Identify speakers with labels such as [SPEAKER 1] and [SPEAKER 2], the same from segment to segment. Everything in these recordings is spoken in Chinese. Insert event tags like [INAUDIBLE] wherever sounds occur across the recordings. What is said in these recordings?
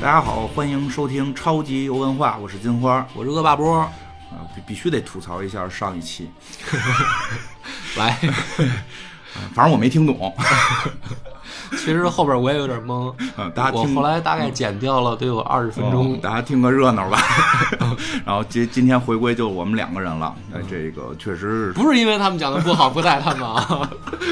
[SPEAKER 1] 大家好，欢迎收听超级游文化，我是金花，
[SPEAKER 2] 我是恶霸波，
[SPEAKER 1] 啊，必必须得吐槽一下上一期，
[SPEAKER 2] 来， [LAUGHS]
[SPEAKER 1] 反正我没听懂，
[SPEAKER 2] 其实后边我也有点懵
[SPEAKER 1] 嗯大家，
[SPEAKER 2] 我
[SPEAKER 1] 听
[SPEAKER 2] 后来大概剪掉了得有二十分钟，
[SPEAKER 1] 大家听个热闹吧。 [LAUGHS] 然后今今天回归就我们两个人了，哎，这个确实是。
[SPEAKER 2] 不是因为他们讲的不好不带他们啊，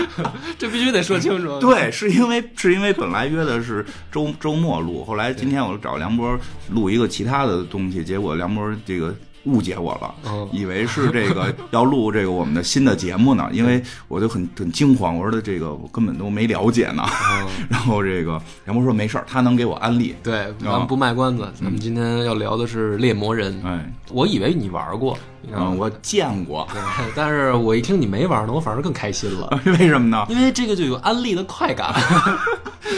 [SPEAKER 2] [LAUGHS] 这必须得说清楚。，
[SPEAKER 1] 对，是因为是因为本来约的是周周末录，后来今天我找梁波录一个其他的东西，结果梁波这个误解我了，
[SPEAKER 2] 嗯
[SPEAKER 1] 以为是这个要录这个我们的新的节目呢，因为我就很很惊慌，我说的这个我根本都没了解呢。
[SPEAKER 2] 嗯，
[SPEAKER 1] 然后这个梁波说没事儿，他能给我安利。
[SPEAKER 2] 对，咱们不卖关子，咱们今天要聊的是猎魔人。
[SPEAKER 1] 哦嗯哎，
[SPEAKER 2] 我以为你玩过，你知道吗
[SPEAKER 1] 嗯，我见过， [LAUGHS]
[SPEAKER 2] 对但是我一听你没玩呢，我反而更开心了，
[SPEAKER 1] 为什么呢？
[SPEAKER 2] 因为这个就有安利的快感。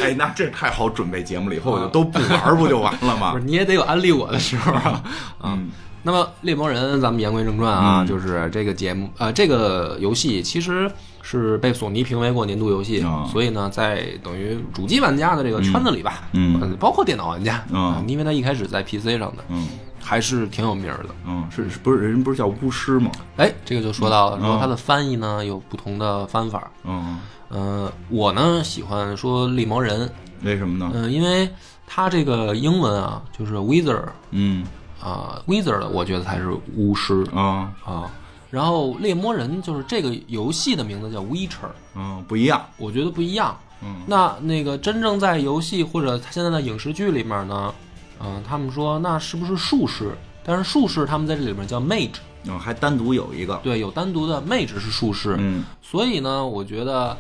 [SPEAKER 1] 哎，那这太好准备节目了，以后我就都不玩儿不就完了
[SPEAKER 2] 不
[SPEAKER 1] 吗
[SPEAKER 2] 是？你也得有安利我的时候啊。啊
[SPEAKER 1] 嗯
[SPEAKER 2] 那么《猎魔人》，咱们言归正传啊，
[SPEAKER 1] 嗯
[SPEAKER 2] 就是这个节目，呃，这个游戏其实是被索尼评为过年度游戏，
[SPEAKER 1] 啊
[SPEAKER 2] 所以呢，在等于主机玩家的这个圈子里吧，
[SPEAKER 1] 嗯嗯
[SPEAKER 2] 呃包括电脑玩家，
[SPEAKER 1] 嗯
[SPEAKER 2] 啊因为它一开始在 PC 上的，
[SPEAKER 1] 嗯
[SPEAKER 2] 还是挺有名儿的。
[SPEAKER 1] 嗯，是是不是人不是叫巫师吗？
[SPEAKER 2] 哎，这个就说到了，
[SPEAKER 1] 嗯
[SPEAKER 2] 然后它的翻译呢有不同的翻法。
[SPEAKER 1] 嗯，
[SPEAKER 2] 呃，我呢喜欢说猎魔人，
[SPEAKER 1] 为什么呢？
[SPEAKER 2] 嗯、因为它这个英文啊就是 wizard
[SPEAKER 1] 嗯
[SPEAKER 2] 啊、wizard，我觉得才是巫师，
[SPEAKER 1] 啊
[SPEAKER 2] 啊。然后猎魔人就是这个游戏的名字叫 Witcher，
[SPEAKER 1] 嗯，不一样。
[SPEAKER 2] 我觉得不一样。
[SPEAKER 1] 嗯，
[SPEAKER 2] 那那个真正在游戏或者现在的影视剧里面呢，嗯、他们说那是不是术士？但是术士他们在这里面叫 mage，
[SPEAKER 1] 嗯，还单独有一个。
[SPEAKER 2] 对，有单独的 mage 是术士。
[SPEAKER 1] 嗯
[SPEAKER 2] 所以呢，我觉得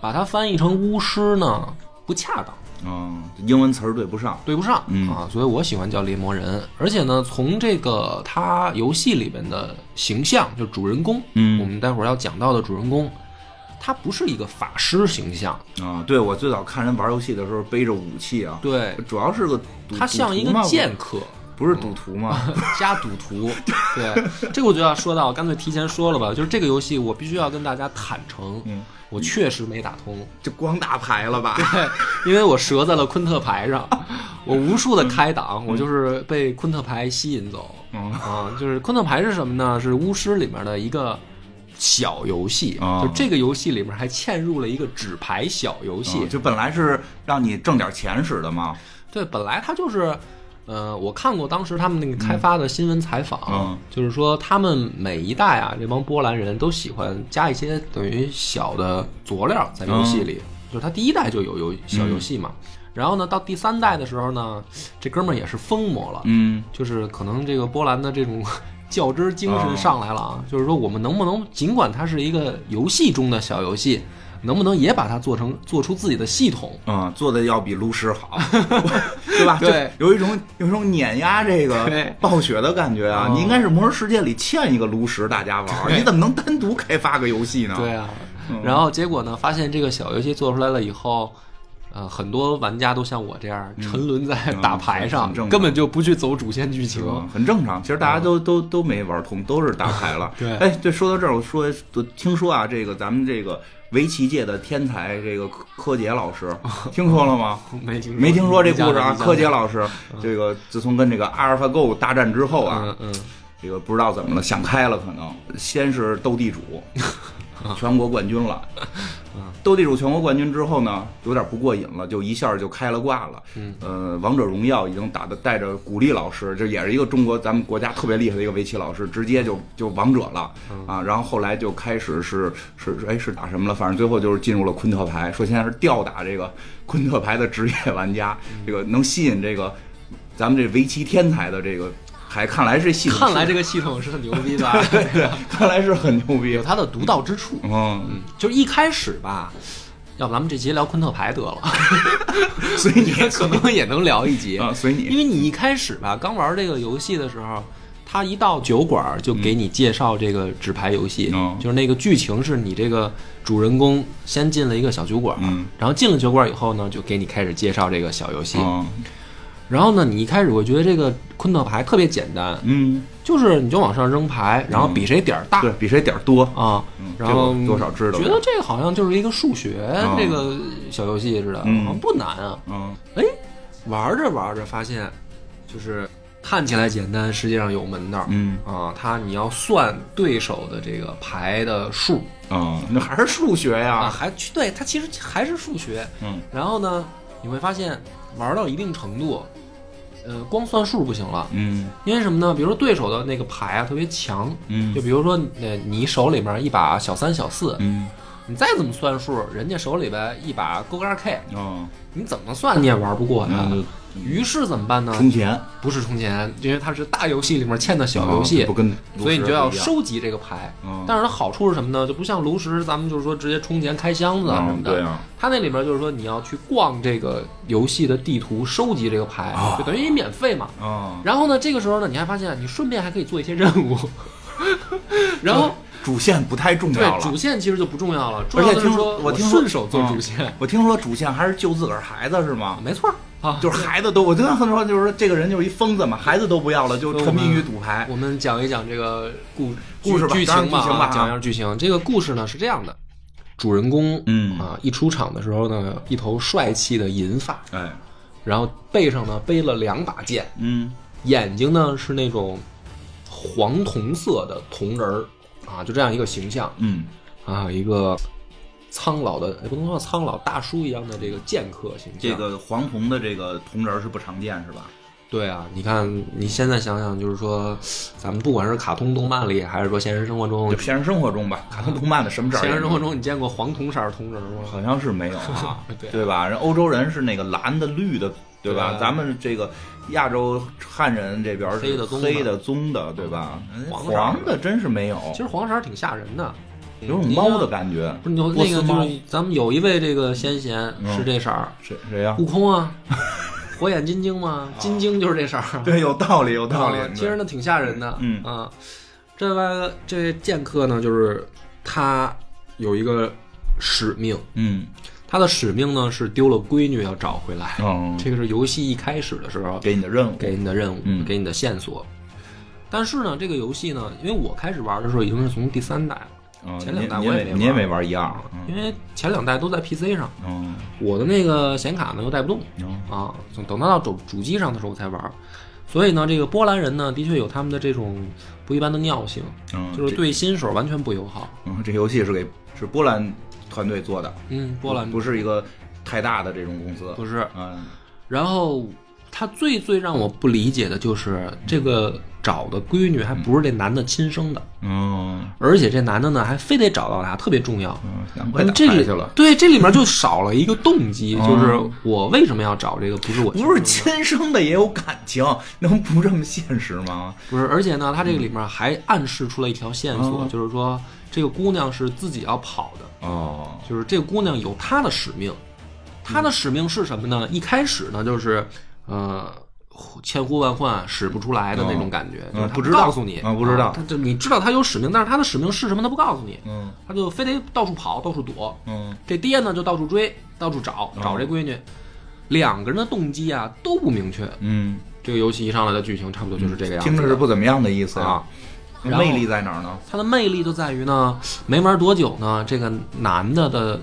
[SPEAKER 2] 把它翻译成巫师呢不恰当。
[SPEAKER 1] 嗯，英文词儿对不上。
[SPEAKER 2] 对不上、
[SPEAKER 1] 嗯
[SPEAKER 2] 啊，所以我喜欢叫猎魔人。而且呢，从这个他游戏里面的形象，就主人公，
[SPEAKER 1] 嗯
[SPEAKER 2] 我们待会儿要讲到的主人公，他不是一个法师形象，
[SPEAKER 1] 啊，对我最早看人玩游戏的时候背着武器啊，
[SPEAKER 2] 对，
[SPEAKER 1] 主要是个赌
[SPEAKER 2] 他像一
[SPEAKER 1] 赌徒
[SPEAKER 2] 个
[SPEAKER 1] 吗
[SPEAKER 2] 剑嗯客。
[SPEAKER 1] 不是赌徒吗？
[SPEAKER 2] 加赌
[SPEAKER 1] [LAUGHS]
[SPEAKER 2] 徒，对，这个我就要说到，干脆提前说了吧，就是这个游戏，我必须要跟大家坦诚，
[SPEAKER 1] 嗯，
[SPEAKER 2] 我确实没打通，
[SPEAKER 1] 就光打牌了
[SPEAKER 2] [LAUGHS]
[SPEAKER 1] 吧？
[SPEAKER 2] 对，因为我折在了昆特牌上，我无数的开档，我就是被昆特牌吸引走。
[SPEAKER 1] 嗯
[SPEAKER 2] 啊，就是昆特牌是什么呢？是巫师里面的一个小游戏，
[SPEAKER 1] 啊
[SPEAKER 2] 就这个游戏里面还嵌入了一个纸牌小游戏。
[SPEAKER 1] 啊就本来是让你挣点钱使的嘛。
[SPEAKER 2] 对，本来它就是。呃，我看过当时他们那个开发的新闻采访，
[SPEAKER 1] 嗯
[SPEAKER 2] 就是说他们每一代啊，这帮波兰人都喜欢加一些等于小的佐料在游
[SPEAKER 1] 嗯
[SPEAKER 2] 戏里，就是他第一代就有游小游戏嘛。然后呢，到第三代的时候呢，这哥们儿也是疯魔了，
[SPEAKER 1] 嗯
[SPEAKER 2] 就是可能这个波兰的这种 [LAUGHS] 较真儿精
[SPEAKER 1] 哦
[SPEAKER 2] 神上来了啊，就是说我们能不能尽管它是一个游戏中的小游戏，能不能也把它做成做出自己的系统？
[SPEAKER 1] 嗯，做的要比炉石好， [LAUGHS] 对吧？
[SPEAKER 2] 对，
[SPEAKER 1] 有一种有一种碾压这个
[SPEAKER 2] 对
[SPEAKER 1] 暴雪的感觉啊！
[SPEAKER 2] 嗯
[SPEAKER 1] 你应该是魔兽世界里欠一个炉石，大家玩儿，
[SPEAKER 2] 对
[SPEAKER 1] 你怎么能单独开发个游戏呢？
[SPEAKER 2] 对啊，然后结果呢，发现这个小游戏做出来了以后。呃，很多玩家都像我这样沉沦在
[SPEAKER 1] 嗯
[SPEAKER 2] [LAUGHS] 打牌上
[SPEAKER 1] 很正，常
[SPEAKER 2] 根本就不去走主线剧情。
[SPEAKER 1] 嗯，很正常。其实大家都、都都没玩通，都是打牌了。
[SPEAKER 2] 哦 [LAUGHS] 对
[SPEAKER 1] 哎，对，说到这儿，我说我听说啊，这个咱们这个围棋界的天才这个柯柯洁老师，
[SPEAKER 2] 哦
[SPEAKER 1] 听说了
[SPEAKER 2] [LAUGHS]
[SPEAKER 1] 吗？
[SPEAKER 2] [LAUGHS] 没听
[SPEAKER 1] 没听说这故事啊，柯洁
[SPEAKER 2] 老
[SPEAKER 1] 老师，这个自从跟这个阿尔法狗大战之后啊，
[SPEAKER 2] 嗯嗯，
[SPEAKER 1] 这个不知道怎么了，想开了，可能先是斗地主，啊全国冠军了。
[SPEAKER 2] 嗯
[SPEAKER 1] [LAUGHS] 斗地主全国冠军之后呢，有点不过瘾了，就一下就开了挂了。嗯，呃，王者荣耀已经打的带着古力老师，这也是一个中国咱们国家特别厉害的一个围棋老师，直接就
[SPEAKER 2] 嗯
[SPEAKER 1] 就王者了啊。然后后来就开始是是哎是打什么了，反正最后就是进入了昆特牌，说现在是吊打这个昆特牌的职业玩家，
[SPEAKER 2] 嗯
[SPEAKER 1] 这个能吸引这个咱们这围棋天才的这个。还看来是系统是，
[SPEAKER 2] 看来这个系统是很牛逼的啊，
[SPEAKER 1] [LAUGHS] 对，看来是很牛逼
[SPEAKER 2] [LAUGHS] 有。它的独到之处。
[SPEAKER 1] 嗯，
[SPEAKER 2] 就是一开始吧，要不咱们这集聊昆特牌
[SPEAKER 1] [LAUGHS]
[SPEAKER 2] 得了，
[SPEAKER 1] 随你
[SPEAKER 2] 可能也能聊一集，
[SPEAKER 1] 啊，随
[SPEAKER 2] 因
[SPEAKER 1] 你。
[SPEAKER 2] 为你一开始吧，刚玩这个游戏的时候。他一到酒馆儿就给你介绍这个纸牌游戏，
[SPEAKER 1] 嗯
[SPEAKER 2] 就是那个剧情是你这个主人公先进了一个小酒馆儿，
[SPEAKER 1] 嗯
[SPEAKER 2] 然后进了酒馆儿以后呢，就给你开始介绍这个小游戏。
[SPEAKER 1] 嗯
[SPEAKER 2] 然后呢，你一开始我觉得这个昆特牌特别简单，
[SPEAKER 1] 嗯，
[SPEAKER 2] 就是你就往上扔牌，然后比谁点儿大、
[SPEAKER 1] 对比谁点儿多。
[SPEAKER 2] 啊
[SPEAKER 1] 嗯，
[SPEAKER 2] 然后
[SPEAKER 1] 这个多少知道
[SPEAKER 2] 觉得这个好像就是一个数学
[SPEAKER 1] 嗯
[SPEAKER 2] 这个小游戏似的，
[SPEAKER 1] 嗯
[SPEAKER 2] 好像不难啊。
[SPEAKER 1] 嗯
[SPEAKER 2] 哎，玩着玩着发现，就是看起来简单，实际上有门道。
[SPEAKER 1] 嗯
[SPEAKER 2] 啊，他你要算对手的这个牌的数
[SPEAKER 1] 啊，那还是数学
[SPEAKER 2] 啊，
[SPEAKER 1] 呀，
[SPEAKER 2] 还去对它其实还是数学。
[SPEAKER 1] 嗯
[SPEAKER 2] 然后呢，你会发现玩到一定程度，呃，光算数不行了，
[SPEAKER 1] 嗯
[SPEAKER 2] 因为什么呢？比如说对手的那个牌啊特别强，就
[SPEAKER 1] 嗯
[SPEAKER 2] 比如说呃你手里面一把小三小四，
[SPEAKER 1] 嗯，
[SPEAKER 2] 你再怎么算数，人家手里边一把勾杆 K，
[SPEAKER 1] 哦，
[SPEAKER 2] 你怎么算你也玩不过他。嗯
[SPEAKER 1] 那就
[SPEAKER 2] 于是怎么办呢？
[SPEAKER 1] 充钱，
[SPEAKER 2] 不是充钱，因为它是大游戏里面嵌的小啊游戏
[SPEAKER 1] 哦不，跟，
[SPEAKER 2] 所以你就要
[SPEAKER 1] 不一样，
[SPEAKER 2] 收集这个牌。
[SPEAKER 1] 嗯
[SPEAKER 2] 但是它好处是什么呢？就不像炉石，咱们就是说直接充钱开箱子啊什
[SPEAKER 1] 嗯
[SPEAKER 2] 么
[SPEAKER 1] 对
[SPEAKER 2] 的。
[SPEAKER 1] 啊，
[SPEAKER 2] 它那里面就是说你要去逛这个游戏的地图，收集这个牌
[SPEAKER 1] 哦，
[SPEAKER 2] 就等于你免费嘛。
[SPEAKER 1] 啊，
[SPEAKER 2] 然后呢，这个时候呢，你还发现你顺便还可以做一些任务， [LAUGHS] 然后
[SPEAKER 1] 主线不太重要
[SPEAKER 2] 对
[SPEAKER 1] 了
[SPEAKER 2] 主。线其实就不重要了，重
[SPEAKER 1] 而
[SPEAKER 2] 要
[SPEAKER 1] 且
[SPEAKER 2] 的是
[SPEAKER 1] 听
[SPEAKER 2] 说
[SPEAKER 1] 我听说嗯啊
[SPEAKER 2] 顺手做主线，
[SPEAKER 1] 我听说主线还是救自个儿孩子是吗？
[SPEAKER 2] 没错儿啊。
[SPEAKER 1] 就是孩子都，我经常说，就是说这个人就是一疯子嘛，孩子都不要了，就沉迷于赌牌。
[SPEAKER 2] 我们讲一讲这个故
[SPEAKER 1] 故事吧
[SPEAKER 2] 剧剧
[SPEAKER 1] 当然
[SPEAKER 2] 情吧，
[SPEAKER 1] 剧情吧
[SPEAKER 2] 啊讲一下剧情。这个故事呢是这样的，主人公
[SPEAKER 1] 嗯
[SPEAKER 2] 啊一出场的时候呢，一头帅气的银发，
[SPEAKER 1] 哎，
[SPEAKER 2] 然后背上呢背了两把剑，
[SPEAKER 1] 嗯
[SPEAKER 2] 眼睛呢是那种黄铜色的铜人儿啊，就这样一个形象
[SPEAKER 1] 嗯
[SPEAKER 2] 啊，一个苍老的也哎不能说苍老大叔一样的这个剑客形象。
[SPEAKER 1] 这个黄铜的这个铜人儿是不常见是吧？
[SPEAKER 2] 对啊，你看你现在想想，就是说咱们不管是卡通动漫里，还是说现实生活中
[SPEAKER 1] 就，现实生活中吧，卡通动漫的什么事儿？
[SPEAKER 2] 嗯现实生活中你见过黄铜色儿铜人吗？
[SPEAKER 1] 好像是没有啊
[SPEAKER 2] [LAUGHS] ，对
[SPEAKER 1] 对吧？人欧洲人是那个蓝的、绿的，对吧？
[SPEAKER 2] 对啊
[SPEAKER 1] 咱们这个亚洲汉人这边儿是
[SPEAKER 2] 黑的棕的嗯
[SPEAKER 1] 黑的、棕的，对吧？人
[SPEAKER 2] 黄色
[SPEAKER 1] 黄的真是没有，
[SPEAKER 2] 其实黄色儿挺吓人的，
[SPEAKER 1] 有种猫的感觉。
[SPEAKER 2] 不是有
[SPEAKER 1] 波
[SPEAKER 2] 那
[SPEAKER 1] 斯
[SPEAKER 2] 个
[SPEAKER 1] 猫
[SPEAKER 2] 就是咱们有一位这个先贤
[SPEAKER 1] 嗯
[SPEAKER 2] 是这色儿，
[SPEAKER 1] 谁谁呀
[SPEAKER 2] [LAUGHS] 悟？空啊，火眼金睛嘛，金睛就是这色儿，
[SPEAKER 1] 啊对，有道理，有
[SPEAKER 2] 啊，
[SPEAKER 1] 道理。
[SPEAKER 2] 其实呢挺吓人的，
[SPEAKER 1] 嗯
[SPEAKER 2] 啊，这外这剑客呢就是他有一个使命，
[SPEAKER 1] 嗯，
[SPEAKER 2] 他的使命呢是丢了闺女要找回来，
[SPEAKER 1] 嗯，
[SPEAKER 2] 这个是游戏一开始的时候
[SPEAKER 1] 给你的任务，
[SPEAKER 2] 给你的任务，
[SPEAKER 1] 嗯
[SPEAKER 2] 给你的线索。但是呢，这个游戏呢，因为我开始玩的时候已经是从第三代了，
[SPEAKER 1] 嗯
[SPEAKER 2] 前两代
[SPEAKER 1] 你
[SPEAKER 2] 我
[SPEAKER 1] 也
[SPEAKER 2] 也
[SPEAKER 1] 没
[SPEAKER 2] 没
[SPEAKER 1] 你也
[SPEAKER 2] 玩
[SPEAKER 1] 没玩一样儿，嗯
[SPEAKER 2] 因为前两代都在 PC 上，
[SPEAKER 1] 嗯
[SPEAKER 2] 我的那个显卡呢又带不动
[SPEAKER 1] 嗯
[SPEAKER 2] 啊，等等到主主机上的时候才玩。所以呢，这个波兰人呢，的确有他们的这种不一般的尿性，
[SPEAKER 1] 嗯，
[SPEAKER 2] 就是
[SPEAKER 1] 这
[SPEAKER 2] 对新手完全不友好。
[SPEAKER 1] 嗯这游戏是给是波兰团队做的，
[SPEAKER 2] 嗯，波兰
[SPEAKER 1] 不是一个太大的这种公司
[SPEAKER 2] 不，是。
[SPEAKER 1] 嗯
[SPEAKER 2] 然后他最最让我不理解的就是，这个找的闺女还不是这男的亲生的，
[SPEAKER 1] 嗯
[SPEAKER 2] 而且这男的呢还非得找到她，特别重要。
[SPEAKER 1] 嗯，难怪
[SPEAKER 2] 嗯
[SPEAKER 1] 打
[SPEAKER 2] 这
[SPEAKER 1] 牌
[SPEAKER 2] 里
[SPEAKER 1] 去了。
[SPEAKER 2] 对，这里面就少了一个动机，
[SPEAKER 1] 嗯
[SPEAKER 2] 就是我为什么要找这个？不是我亲
[SPEAKER 1] 不是
[SPEAKER 2] 生的
[SPEAKER 1] 亲生的也有感情，能不这么现实吗？
[SPEAKER 2] 不是，而且呢，他这个里面还暗示出了一条线索，
[SPEAKER 1] 嗯
[SPEAKER 2] 就是说这个姑娘是自己要跑的，
[SPEAKER 1] 哦，
[SPEAKER 2] 就是这个姑娘有她的使命，她
[SPEAKER 1] 嗯
[SPEAKER 2] 的使命是什么呢？一开始呢，就是呃。千呼万唤使不出来的那种感觉，
[SPEAKER 1] 嗯
[SPEAKER 2] 就是他
[SPEAKER 1] 不知道
[SPEAKER 2] 告诉你
[SPEAKER 1] 嗯不知道
[SPEAKER 2] 啊他就你知道他有使命，但是他的使命是什么，他不告诉你，
[SPEAKER 1] 嗯
[SPEAKER 2] 他就非得到处跑，到处躲，
[SPEAKER 1] 嗯
[SPEAKER 2] 这爹呢就到处追，到处找
[SPEAKER 1] 哦
[SPEAKER 2] 找这闺女，两个人的动机啊都不明确。
[SPEAKER 1] 嗯，
[SPEAKER 2] 这个游戏一上来的剧情差不多就是这个样子。
[SPEAKER 1] 听着是不怎么样的意思
[SPEAKER 2] 啊，，
[SPEAKER 1] 那
[SPEAKER 2] 然后
[SPEAKER 1] 魅力在哪儿呢？
[SPEAKER 2] 它的魅力就在于呢，没玩多久呢，这个男的的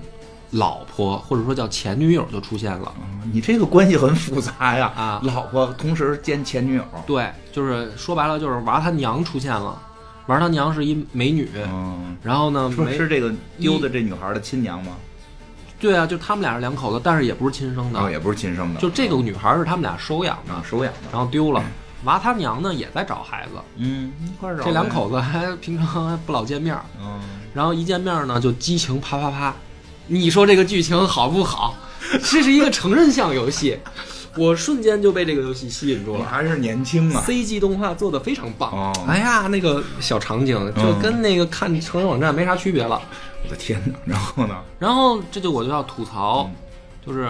[SPEAKER 2] 老婆或者说叫前女友就出现了。
[SPEAKER 1] 嗯你这个关系很复杂呀，
[SPEAKER 2] 啊
[SPEAKER 1] 老婆同时兼前女友，
[SPEAKER 2] 对，就是说白了就是娃他娘出现了，娃他娘是一美女，
[SPEAKER 1] 嗯，
[SPEAKER 2] 然后呢
[SPEAKER 1] 是不
[SPEAKER 2] 没
[SPEAKER 1] 是这个丢的这女孩的亲娘吗？
[SPEAKER 2] 对啊，就他们俩是两口子，但是也不是亲生的，
[SPEAKER 1] 啊，也不是亲生的，
[SPEAKER 2] 就这个女孩是他们俩收养的，
[SPEAKER 1] 啊，收养的，
[SPEAKER 2] 然后丢了。娃他娘呢也在找孩子，
[SPEAKER 1] 嗯，一块儿找
[SPEAKER 2] 这两
[SPEAKER 1] 呗，
[SPEAKER 2] 口子还平常还不老见面儿，
[SPEAKER 1] 嗯，
[SPEAKER 2] 然后一见面儿呢就激情啪啪啪。你说这个剧情好不好？这是一个成人向游戏，我瞬间就被这个游戏吸引住
[SPEAKER 1] 你
[SPEAKER 2] 了。
[SPEAKER 1] 还是年轻啊，
[SPEAKER 2] CG 动画做的非常棒，
[SPEAKER 1] 哦
[SPEAKER 2] 哎呀，那个小场景就跟那个看成人网站没啥区别了。
[SPEAKER 1] 我的天哪！然后呢？
[SPEAKER 2] 然后这就我就要吐
[SPEAKER 1] 嗯
[SPEAKER 2] 槽，就是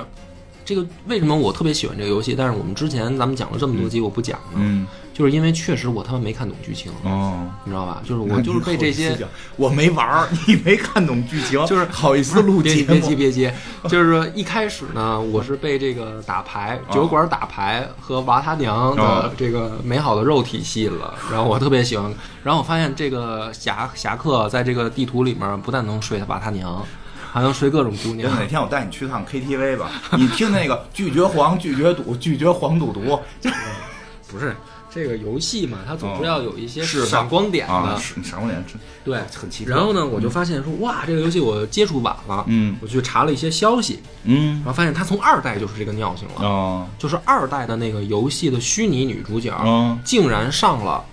[SPEAKER 2] 这个为什么我特别喜欢这个游戏，但是我们之前咱们讲了这么多集，我不讲了，
[SPEAKER 1] 嗯，
[SPEAKER 2] 就是因为确实我他妈没看懂剧情，
[SPEAKER 1] 哦，
[SPEAKER 2] 你知道吧？就是我就是被这些
[SPEAKER 1] 我没玩儿，你没看懂剧情，
[SPEAKER 2] [LAUGHS] 就是
[SPEAKER 1] 好意思录
[SPEAKER 2] 别
[SPEAKER 1] 节
[SPEAKER 2] 急
[SPEAKER 1] 目，
[SPEAKER 2] 别急别急，就是说一开始呢，我是被这个打牌、
[SPEAKER 1] 啊
[SPEAKER 2] 酒馆打牌和娃他娘的
[SPEAKER 1] 哦
[SPEAKER 2] 这个美好的肉体吸引了，然后我特别喜欢，然后我发现这个侠侠客在这个地图里面不但能睡他娃他娘，还能睡各种姑娘
[SPEAKER 1] 真。的，哪天我带你去趟 KTV 吧，你听那个拒绝黄，拒绝赌，拒绝黄赌毒，
[SPEAKER 2] 不是这个游戏嘛，它总
[SPEAKER 1] 嗯
[SPEAKER 2] 是要有一些
[SPEAKER 1] 是吧
[SPEAKER 2] 闪光点的。
[SPEAKER 1] 啊，是闪光点，真
[SPEAKER 2] 对，
[SPEAKER 1] 很奇特
[SPEAKER 2] 然后呢，我就发现说，哇，这个游戏我接触晚了，
[SPEAKER 1] 嗯
[SPEAKER 2] 我去查了一些消息，
[SPEAKER 1] 嗯
[SPEAKER 2] 然后发现它从二代就是这个尿性了，
[SPEAKER 1] 啊
[SPEAKER 2] 就是二代的那个游戏的虚拟女主角，
[SPEAKER 1] 啊
[SPEAKER 2] 竟然上了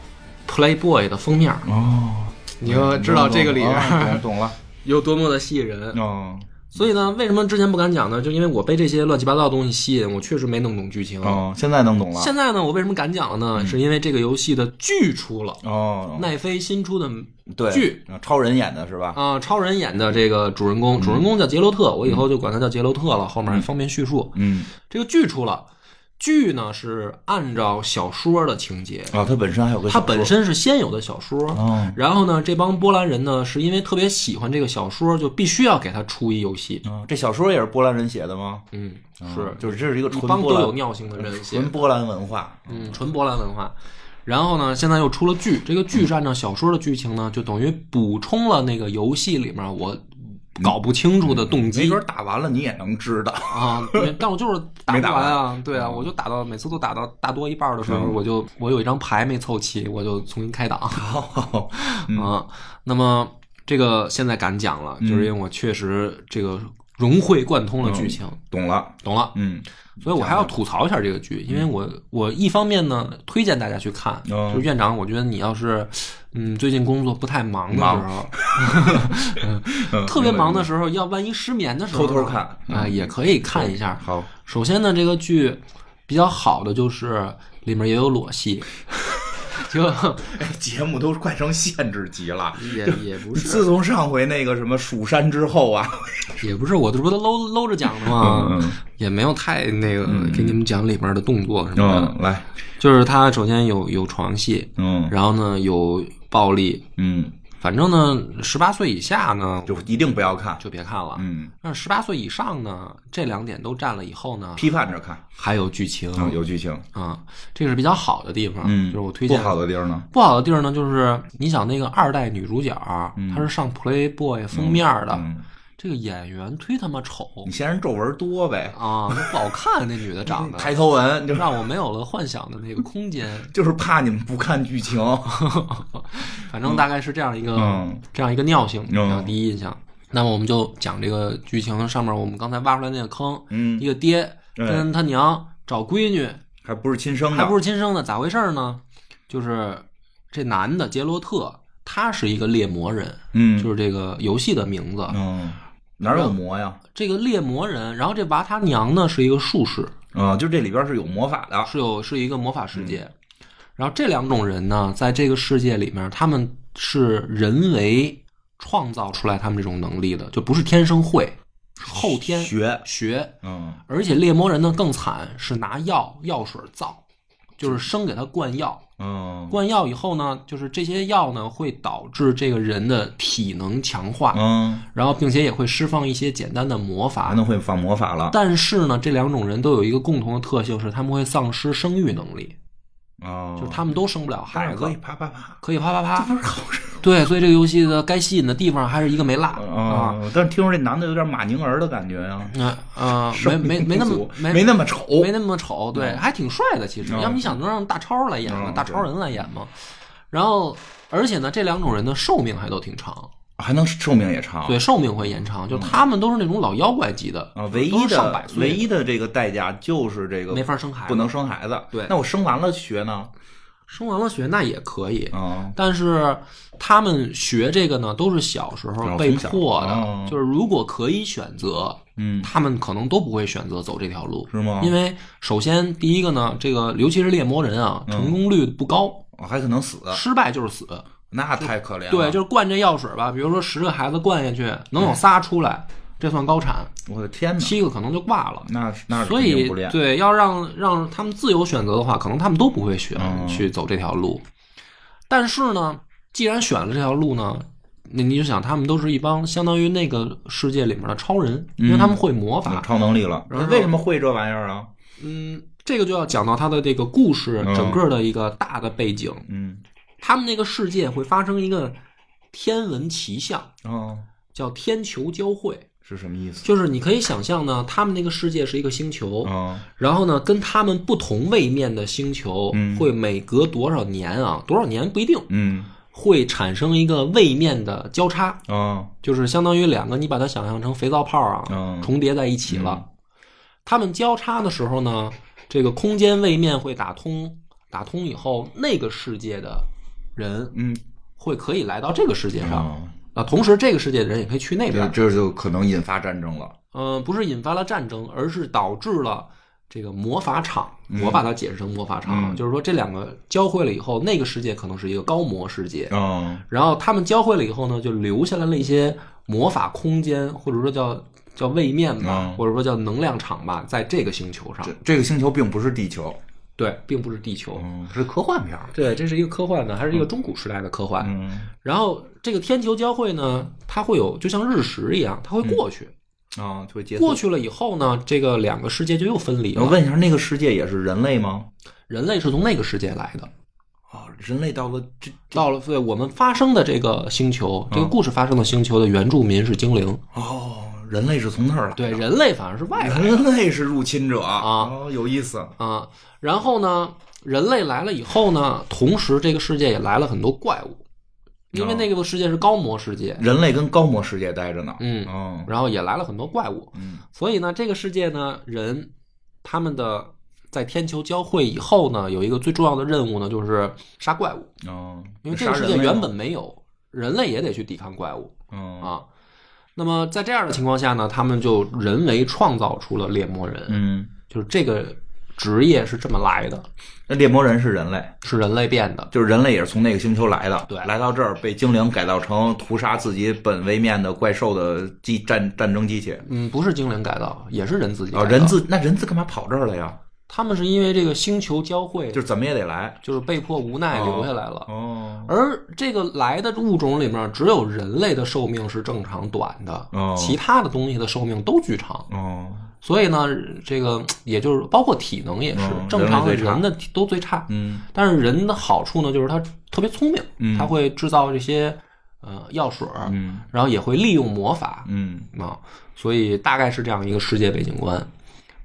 [SPEAKER 2] Playboy 的封面，
[SPEAKER 1] 哦，
[SPEAKER 2] 你就知道这个里边
[SPEAKER 1] 啊
[SPEAKER 2] 儿
[SPEAKER 1] 懂懂了，
[SPEAKER 2] [LAUGHS] 有多么的吸引 [LAUGHS] 人。
[SPEAKER 1] 哦
[SPEAKER 2] 所以呢，为什么之前不敢讲呢？就因为我被这些乱七八糟的东西吸引，我确实没弄懂剧情。
[SPEAKER 1] 哦，现在弄懂了，
[SPEAKER 2] 现在呢，我为什么敢讲了呢？是因为这个游戏的剧出了，
[SPEAKER 1] 哦，
[SPEAKER 2] 奈飞新出的
[SPEAKER 1] 对，
[SPEAKER 2] 剧
[SPEAKER 1] 啊超人演的是吧？
[SPEAKER 2] 啊、超人演的这个主人公，主人公叫杰洛特，我以后就管他叫杰洛特了，后面方便叙述。
[SPEAKER 1] 嗯，
[SPEAKER 2] 这个剧出了，剧呢是按照小说的情节，
[SPEAKER 1] 啊，他本身还有个
[SPEAKER 2] 它
[SPEAKER 1] 小说
[SPEAKER 2] 本身是先有的小说。
[SPEAKER 1] 哦
[SPEAKER 2] 然后呢，这帮波兰人呢，是因为特别喜欢这个小说，就必须要给他出一游戏。
[SPEAKER 1] 啊，这小说也是波兰人写的吗？
[SPEAKER 2] 嗯，
[SPEAKER 1] 是，哦啊就是这是一个
[SPEAKER 2] 一
[SPEAKER 1] 纯
[SPEAKER 2] 帮
[SPEAKER 1] 波
[SPEAKER 2] 都有
[SPEAKER 1] 兰，
[SPEAKER 2] 尿性的人写
[SPEAKER 1] 纯波兰文化。
[SPEAKER 2] 嗯，纯波兰文化。然后呢，现在又出了剧，这个剧是按照小说的剧情呢，就等于补充了那个游戏里面我搞不清楚的动
[SPEAKER 1] 没
[SPEAKER 2] 机、
[SPEAKER 1] 准打完了你也能知道。
[SPEAKER 2] 啊。没但我就是打
[SPEAKER 1] 没
[SPEAKER 2] 不
[SPEAKER 1] 打哦
[SPEAKER 2] 完啊，对啊，我就打到每次都打到大多一半的时候，我就我有一张牌没凑齐，我就重新开档。
[SPEAKER 1] 哦，
[SPEAKER 2] 啊，那么这个现在敢讲了，
[SPEAKER 1] 嗯
[SPEAKER 2] 就是因为我确实这个融会贯通了剧情，
[SPEAKER 1] 懂了，
[SPEAKER 2] 懂了。
[SPEAKER 1] 嗯，
[SPEAKER 2] 所以我还要吐槽一下这个剧，因为我我一方面呢推荐大家去看，
[SPEAKER 1] 哦
[SPEAKER 2] 就是院长，我觉得你要是嗯最近工作不太忙的
[SPEAKER 1] [LAUGHS]
[SPEAKER 2] 时候，
[SPEAKER 1] 嗯
[SPEAKER 2] 特别忙的时候，要万一失眠的时候呢，
[SPEAKER 1] 偷偷看嗯
[SPEAKER 2] 啊、也可以看一下。
[SPEAKER 1] 好，
[SPEAKER 2] 首先呢，这个剧比较好的就是里面也有裸
[SPEAKER 1] [LAUGHS]
[SPEAKER 2] 戏，就
[SPEAKER 1] 节目都快成限制级了。
[SPEAKER 2] 也也哎不是
[SPEAKER 1] 自从上回那个什么蜀山之后啊，
[SPEAKER 2] 也不是，我这不都搂搂着讲的吗？
[SPEAKER 1] 嗯嗯
[SPEAKER 2] 也没有太那个给你们讲里面的动作什么的。
[SPEAKER 1] 嗯，来，
[SPEAKER 2] 就是他首先有有床戏，
[SPEAKER 1] 嗯
[SPEAKER 2] 然后呢有暴力，
[SPEAKER 1] 嗯，
[SPEAKER 2] 反正呢十八岁以下呢
[SPEAKER 1] 就一定不要看，
[SPEAKER 2] 就别看了。
[SPEAKER 1] 嗯，
[SPEAKER 2] 那十八岁以上呢，这两点都占了以后呢，
[SPEAKER 1] 批判着看，
[SPEAKER 2] 还有剧情
[SPEAKER 1] 嗯，有剧情，
[SPEAKER 2] 啊、这个是比较好的地方。
[SPEAKER 1] 嗯，
[SPEAKER 2] 就是我推荐
[SPEAKER 1] 不好的地儿呢，
[SPEAKER 2] 不好的地儿呢，就是你想那个二代女主角，她是上 Playboy 封面的，
[SPEAKER 1] 嗯，
[SPEAKER 2] 这个演员忒他妈丑
[SPEAKER 1] 你嫌人皱纹多呗，
[SPEAKER 2] 啊，那不好看，那女的长
[SPEAKER 1] [LAUGHS]
[SPEAKER 2] 得。
[SPEAKER 1] 抬头纹就是
[SPEAKER 2] 让我没有了幻想的那个
[SPEAKER 1] [LAUGHS]
[SPEAKER 2] 空间。
[SPEAKER 1] 就是怕你们不看剧情，
[SPEAKER 2] 反正大概是这样一个、
[SPEAKER 1] 嗯
[SPEAKER 2] 这样一个尿性，
[SPEAKER 1] 嗯
[SPEAKER 2] 然后第一印象。那么我们就讲这个剧情上面，我们刚才挖出来那个坑，
[SPEAKER 1] 嗯
[SPEAKER 2] 一，个爹
[SPEAKER 1] 对
[SPEAKER 2] 跟他娘找闺女，
[SPEAKER 1] 还不是亲生的，
[SPEAKER 2] 还不是亲生的，咋回事儿呢？就是这男的杰洛特，他是一个猎魔人，
[SPEAKER 1] 嗯，
[SPEAKER 2] 就是啊这个游戏的名字。
[SPEAKER 1] 嗯，哪有魔呀？
[SPEAKER 2] 这个猎魔人，然后这娃他娘呢是一个术士，
[SPEAKER 1] 啊，就这里边是有魔法的，
[SPEAKER 2] 是有是一个魔法世界。
[SPEAKER 1] 嗯
[SPEAKER 2] 然后这两种人呢，在这个世界里面，他们是人为创造出来他们这种能力的，就不是天生会，是后天
[SPEAKER 1] 学，
[SPEAKER 2] 学。
[SPEAKER 1] 嗯，
[SPEAKER 2] 而且猎魔人呢更惨，是拿药药水造，就是生给他灌药，
[SPEAKER 1] 嗯，
[SPEAKER 2] 灌药以后呢，就是这些药呢会导致这个人的体能强化，
[SPEAKER 1] 嗯，
[SPEAKER 2] 然后并且也会释放一些简单的魔法
[SPEAKER 1] 还。能会放魔法了
[SPEAKER 2] 但是呢，这两种人都有一个共同的特性，是他们会丧失生育能力。
[SPEAKER 1] 啊，
[SPEAKER 2] 就是他们都生不了
[SPEAKER 1] 但
[SPEAKER 2] 孩
[SPEAKER 1] 是
[SPEAKER 2] 子，
[SPEAKER 1] 可以啪啪啪，
[SPEAKER 2] 可以啪啪
[SPEAKER 1] 这
[SPEAKER 2] 啪。
[SPEAKER 1] 不是好事
[SPEAKER 2] 对，所以这个游戏的该吸引的地方还是一个没落啊。
[SPEAKER 1] 啊。但是听说这男的有点马宁儿的感觉呀，
[SPEAKER 2] 那啊，
[SPEAKER 1] [LAUGHS]
[SPEAKER 2] 没没没那么
[SPEAKER 1] 没
[SPEAKER 2] 没
[SPEAKER 1] 那么丑，
[SPEAKER 2] 没那么丑，对，还挺帅的。其实，
[SPEAKER 1] 嗯
[SPEAKER 2] 要不你想能让大超来演吗？
[SPEAKER 1] 嗯
[SPEAKER 2] 大超人来演吗？然后，而且呢，这两种人的寿命还都挺长，
[SPEAKER 1] 还能寿命也长。
[SPEAKER 2] 对，寿命会延长。就他们都是那种老妖怪级的
[SPEAKER 1] 嗯啊，唯
[SPEAKER 2] 都
[SPEAKER 1] 一
[SPEAKER 2] 是上百
[SPEAKER 1] 的
[SPEAKER 2] 岁
[SPEAKER 1] 唯一的这个代价就是这个
[SPEAKER 2] 没法生孩子，
[SPEAKER 1] 不能生孩子。
[SPEAKER 2] 对
[SPEAKER 1] 那我生完了学呢？
[SPEAKER 2] 生完了学那也可以，
[SPEAKER 1] 啊，
[SPEAKER 2] 但是他们学这个呢，都是小时候被迫的，
[SPEAKER 1] 哦从小哦
[SPEAKER 2] 就是如果可以选择，
[SPEAKER 1] 嗯，
[SPEAKER 2] 他们可能都不会选择走这条路，
[SPEAKER 1] 是吗？
[SPEAKER 2] 因为首先第一个呢，这个尤其是猎魔人啊，
[SPEAKER 1] 嗯
[SPEAKER 2] 成功率不高，
[SPEAKER 1] 我还可能死，
[SPEAKER 2] 失败就是死。
[SPEAKER 1] 啊那太可怜了。
[SPEAKER 2] 对，就是灌这药水吧，比如说十个孩子灌下去，能有仨出来，这算高产，
[SPEAKER 1] 我的天哪，
[SPEAKER 2] 七个可能就挂了。
[SPEAKER 1] 那那
[SPEAKER 2] 所
[SPEAKER 1] 肯定
[SPEAKER 2] 以
[SPEAKER 1] 不练，
[SPEAKER 2] 对，要让让他们自由选择的话，可能他们都不会选、
[SPEAKER 1] 嗯
[SPEAKER 2] 去走这条路。但是呢，既然选了这条路呢，你你就想，他们都是一帮相当于那个世界里面的超人，因
[SPEAKER 1] 嗯
[SPEAKER 2] 为他们会魔
[SPEAKER 1] 有
[SPEAKER 2] 法。
[SPEAKER 1] 超能力了。
[SPEAKER 2] 然后
[SPEAKER 1] 为什么会这玩意儿啊？
[SPEAKER 2] 嗯，这个就要讲到他的这个故事
[SPEAKER 1] 嗯
[SPEAKER 2] 整个的一个大的背景，
[SPEAKER 1] 嗯，
[SPEAKER 2] 他们那个世界会发生一个天文奇象，
[SPEAKER 1] 哦，
[SPEAKER 2] 叫天球交汇。
[SPEAKER 1] 是什么意思？
[SPEAKER 2] 就是你可以想象呢，他们那个世界是一个星球，
[SPEAKER 1] 嗯
[SPEAKER 2] 然后呢，跟他们不同位面的星球
[SPEAKER 1] 嗯
[SPEAKER 2] 会每隔多少年啊，多少年不一定，
[SPEAKER 1] 嗯
[SPEAKER 2] 会产生一个位面的交叉，
[SPEAKER 1] 啊
[SPEAKER 2] 就是相当于两个，你把它想象成肥皂泡啊，
[SPEAKER 1] 嗯
[SPEAKER 2] 重叠在一起了。它们交叉的时候呢，这个空间位面会打通，打通以后，那个世界的人
[SPEAKER 1] 嗯
[SPEAKER 2] 会可以来到这个世界上
[SPEAKER 1] 啊，
[SPEAKER 2] 啊，同时这个世界的人也可以去那
[SPEAKER 1] 这
[SPEAKER 2] 边。
[SPEAKER 1] 这就可能引发战争了。
[SPEAKER 2] 嗯、不是引发了战争，而是导致了。这个魔法场，我把它解释成魔法场啊，
[SPEAKER 1] 嗯
[SPEAKER 2] 就是说这两个交汇了以后，那个世界可能是一个高魔世界，
[SPEAKER 1] 嗯
[SPEAKER 2] 然后他们交汇了以后呢，就留下来了一些魔法空间，或者说叫叫位面吧，
[SPEAKER 1] 嗯
[SPEAKER 2] 或者说叫能量场吧，在这个星球上
[SPEAKER 1] 这，这个星球并不是地球，
[SPEAKER 2] 对，并不是地球。
[SPEAKER 1] 嗯，是科幻片儿。
[SPEAKER 2] 对，这是一个科幻的，还是一个中古时代的科幻。
[SPEAKER 1] 嗯
[SPEAKER 2] 然后这个天球交汇呢，它会有就像日食一样，它会
[SPEAKER 1] 嗯
[SPEAKER 2] 过去。
[SPEAKER 1] 啊，就会结
[SPEAKER 2] 过
[SPEAKER 1] 束。
[SPEAKER 2] 去了以后呢，这个两个世界就又分离
[SPEAKER 1] 我
[SPEAKER 2] 了。
[SPEAKER 1] 问一下，那个世界也是人类吗？
[SPEAKER 2] 人类是从那个世界来的，
[SPEAKER 1] 啊，人类到了这
[SPEAKER 2] 到了对我们发生的这个星球，这个故事发生的星球的原住民是精灵，
[SPEAKER 1] 哦，人类是从那儿来。
[SPEAKER 2] 对，人类反而是外来的。
[SPEAKER 1] 人类是入侵者
[SPEAKER 2] 啊
[SPEAKER 1] 哦有意思。
[SPEAKER 2] 啊，然后呢，人类来了以后呢，同时这个世界也来了很多怪物，因为那个世界是高魔世界，
[SPEAKER 1] 人类跟高魔世界待着呢。
[SPEAKER 2] 嗯
[SPEAKER 1] 嗯
[SPEAKER 2] 然后也来了很多怪物，
[SPEAKER 1] 嗯
[SPEAKER 2] 所以呢，这个世界呢，人他们的在天球交汇以后呢，有一个最重要的任务呢，就是杀怪物，
[SPEAKER 1] 嗯，
[SPEAKER 2] 因为这个世界原本没有，人类也得去抵抗怪物
[SPEAKER 1] 嗯
[SPEAKER 2] 啊。那么在这样的情况下呢，他们就人为创造出了猎魔人，
[SPEAKER 1] 嗯，
[SPEAKER 2] 就是这个职业是这么来的，
[SPEAKER 1] 那猎魔人是人类，
[SPEAKER 2] 是人类变的。
[SPEAKER 1] 就是人类也是从那个星球来的，
[SPEAKER 2] 对
[SPEAKER 1] 来到这儿被精灵改造成屠杀自己本位面的怪兽的机战战争机器。
[SPEAKER 2] 嗯，不是精灵改造，也是人自己改
[SPEAKER 1] 啊，
[SPEAKER 2] 造。
[SPEAKER 1] 人字那人字干嘛跑这儿来呀？
[SPEAKER 2] 他们是因为这个星球交汇，
[SPEAKER 1] 就是怎么也得来。
[SPEAKER 2] 就是被迫无奈
[SPEAKER 1] 哦
[SPEAKER 2] 留下来了。
[SPEAKER 1] 哦，
[SPEAKER 2] 而这个来的物种里面，只有人类的寿命是正常短的，
[SPEAKER 1] 哦
[SPEAKER 2] 其他的东西的寿命都巨长。
[SPEAKER 1] 哦，
[SPEAKER 2] 所以呢，这个也就是包括体能也是、
[SPEAKER 1] 嗯
[SPEAKER 2] 正常的
[SPEAKER 1] 人类最差
[SPEAKER 2] 人的体都最差。
[SPEAKER 1] 嗯
[SPEAKER 2] 但是人的好处呢，就是他特别聪明，
[SPEAKER 1] 嗯
[SPEAKER 2] 他会制造这些呃药水儿，
[SPEAKER 1] 嗯
[SPEAKER 2] 然后也会利用魔法，
[SPEAKER 1] 嗯
[SPEAKER 2] 啊，所以大概是这样一个世界背景观。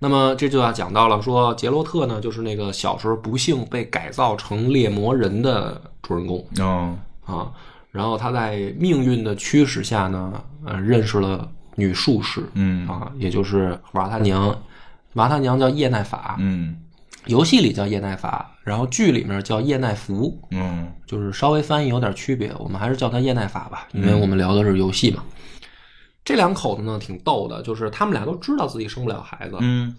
[SPEAKER 2] 那么这就要讲到了，说杰洛特呢，就是那个小时候不幸被改造成猎魔人的主人公
[SPEAKER 1] 哦，
[SPEAKER 2] 啊。然后他在命运的驱使下呢，呃，认识了女术士
[SPEAKER 1] 嗯
[SPEAKER 2] 啊，也就是瓦他娘。瓦他娘叫叶奈法，
[SPEAKER 1] 嗯
[SPEAKER 2] 游戏里叫叶奈法，然后剧里面叫叶奈芙，
[SPEAKER 1] 嗯
[SPEAKER 2] 就是稍微翻译有点区别，我们还是叫它叶奈法吧，因为我们聊的是游戏嘛。这两口子呢挺逗的，就是他们俩都知道自己生不了孩子，
[SPEAKER 1] 嗯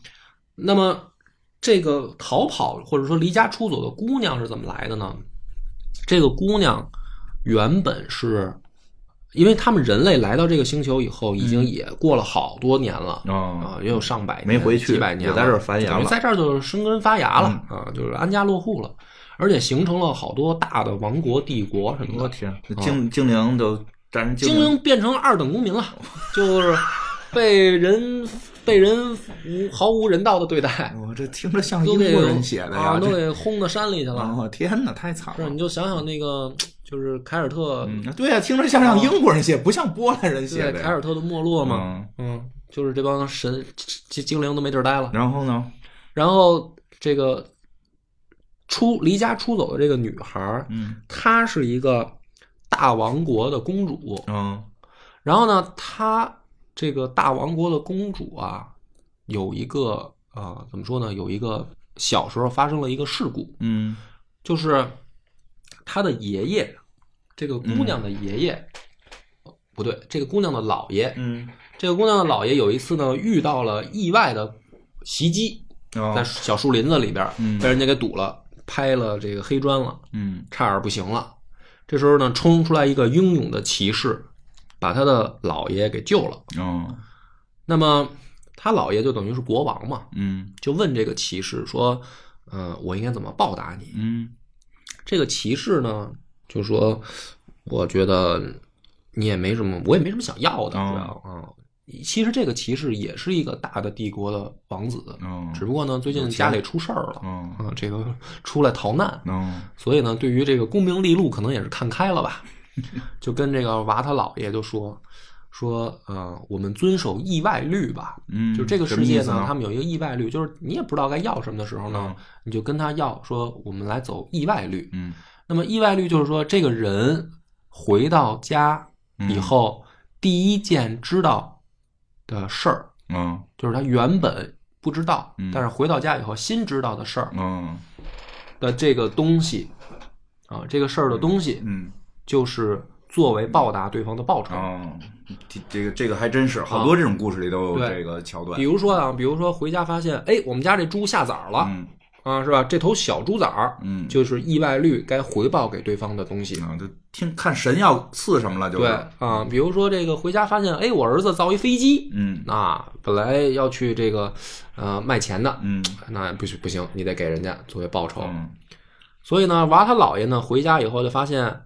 [SPEAKER 2] 那么这个逃跑或者说离家出走的姑娘是怎么来的呢？这个姑娘原本是。因为他们人类来到这个星球以后，已经也过了好多年了，
[SPEAKER 1] 哦，
[SPEAKER 2] 啊，也有上百年
[SPEAKER 1] 没回去
[SPEAKER 2] 几百年了，
[SPEAKER 1] 也在这儿繁衍了嗯
[SPEAKER 2] 等于在这儿就是生根发芽了、啊，就是安家落户了，而且形成了好多大的王国、帝国什么
[SPEAKER 1] 我
[SPEAKER 2] 的，
[SPEAKER 1] 天，精精灵都战人
[SPEAKER 2] 哦精灵变成二等公民了，就是被人被人无毫无人道的对待，
[SPEAKER 1] 我这听着像嗯
[SPEAKER 2] 都
[SPEAKER 1] 英
[SPEAKER 2] 给
[SPEAKER 1] 国人写的呀，
[SPEAKER 2] 啊，都
[SPEAKER 1] 这
[SPEAKER 2] 给轰到山里去了。
[SPEAKER 1] 哦天哪，太惨
[SPEAKER 2] 是，
[SPEAKER 1] 了
[SPEAKER 2] 你。就想想那个，就是凯尔特，
[SPEAKER 1] 嗯，对啊，听着像像英国人写，不像波兰人
[SPEAKER 2] 对
[SPEAKER 1] 写的呀。
[SPEAKER 2] 凯尔特的没落嘛，
[SPEAKER 1] 嗯，
[SPEAKER 2] 嗯，就是这帮神精精灵都没地儿待了。
[SPEAKER 1] 然后呢？
[SPEAKER 2] 然后这个出离家出走的这个女孩儿，
[SPEAKER 1] 嗯
[SPEAKER 2] 她是一个大王国的公主。
[SPEAKER 1] 嗯
[SPEAKER 2] 然后呢，她这个大王国的公主啊，有一个啊、呃怎么说呢？有一个小时候发生了一个事故，
[SPEAKER 1] 嗯
[SPEAKER 2] 就是她的爷爷，这个姑娘的爷爷。呃不对，这个姑娘的姥爷，
[SPEAKER 1] 嗯，
[SPEAKER 2] 这个姑娘的姥爷有一次呢遇到了意外的袭击，在
[SPEAKER 1] 哦
[SPEAKER 2] 小树林子里边儿
[SPEAKER 1] 嗯
[SPEAKER 2] 被人家给堵了，拍了这个黑砖了，
[SPEAKER 1] 嗯
[SPEAKER 2] 差点不行了。这时候呢，冲出来一个英勇的骑士，把他的姥爷给救了。
[SPEAKER 1] 哦
[SPEAKER 2] 那么他姥爷就等于是国王嘛，
[SPEAKER 1] 嗯
[SPEAKER 2] 就问这个骑士说：“嗯、我应该怎么报答你
[SPEAKER 1] 嗯？”
[SPEAKER 2] 这个骑士呢就说：“我觉得你也没什么，我也没什么想要的，主
[SPEAKER 1] 哦
[SPEAKER 2] 要啊。其实这个骑士也是一个大的帝国的王子，
[SPEAKER 1] 哦
[SPEAKER 2] 只不过呢，最近家里出事儿了，
[SPEAKER 1] 哦
[SPEAKER 2] 啊，这个出来逃难，
[SPEAKER 1] 哦
[SPEAKER 2] 所以呢，
[SPEAKER 1] [LAUGHS]
[SPEAKER 2] 对于这个功名利禄可能也是看开了吧，就跟这个娃他姥爷就说，说，呃，我们遵守意外律吧。
[SPEAKER 1] 嗯，
[SPEAKER 2] 就这个
[SPEAKER 1] 什
[SPEAKER 2] 世
[SPEAKER 1] 么
[SPEAKER 2] 界
[SPEAKER 1] 意思
[SPEAKER 2] 他们有一个意外律，就是你也不知道该要什么的时候呢
[SPEAKER 1] 嗯，
[SPEAKER 2] 你就跟他要说，我们来走意外律。
[SPEAKER 1] 嗯
[SPEAKER 2] 那么意外律就是说，这个人回到家以
[SPEAKER 1] 嗯
[SPEAKER 2] 后，第一件知道的事儿，
[SPEAKER 1] 嗯
[SPEAKER 2] 就是他原本不知道
[SPEAKER 1] 嗯，
[SPEAKER 2] 但是回到家以后新知道的事儿
[SPEAKER 1] 嗯
[SPEAKER 2] 的这个东西，啊，这个事儿的东西，
[SPEAKER 1] 嗯
[SPEAKER 2] 就是作为报答对方的报酬。
[SPEAKER 1] 哦，这这个这个还真是好多这种故事里都有
[SPEAKER 2] 哦对
[SPEAKER 1] 这个桥段
[SPEAKER 2] 比。如说啊，比如说回家发现，哎，我们家这猪下崽儿了、
[SPEAKER 1] 嗯
[SPEAKER 2] 啊，是吧？这头小猪崽儿
[SPEAKER 1] 嗯，
[SPEAKER 2] 就是意外率该回报给对方的东西。
[SPEAKER 1] 啊，就听看神要赐什么了，就
[SPEAKER 2] 对
[SPEAKER 1] 是
[SPEAKER 2] 啊，比如说这个回家发现，哎，我儿子造一飞机，
[SPEAKER 1] 嗯
[SPEAKER 2] 那本来要去这个呃卖钱的，
[SPEAKER 1] 嗯
[SPEAKER 2] 那不行不行，你得给人家作为报酬。
[SPEAKER 1] 嗯
[SPEAKER 2] 所以呢，娃他姥爷呢回家以后就发现，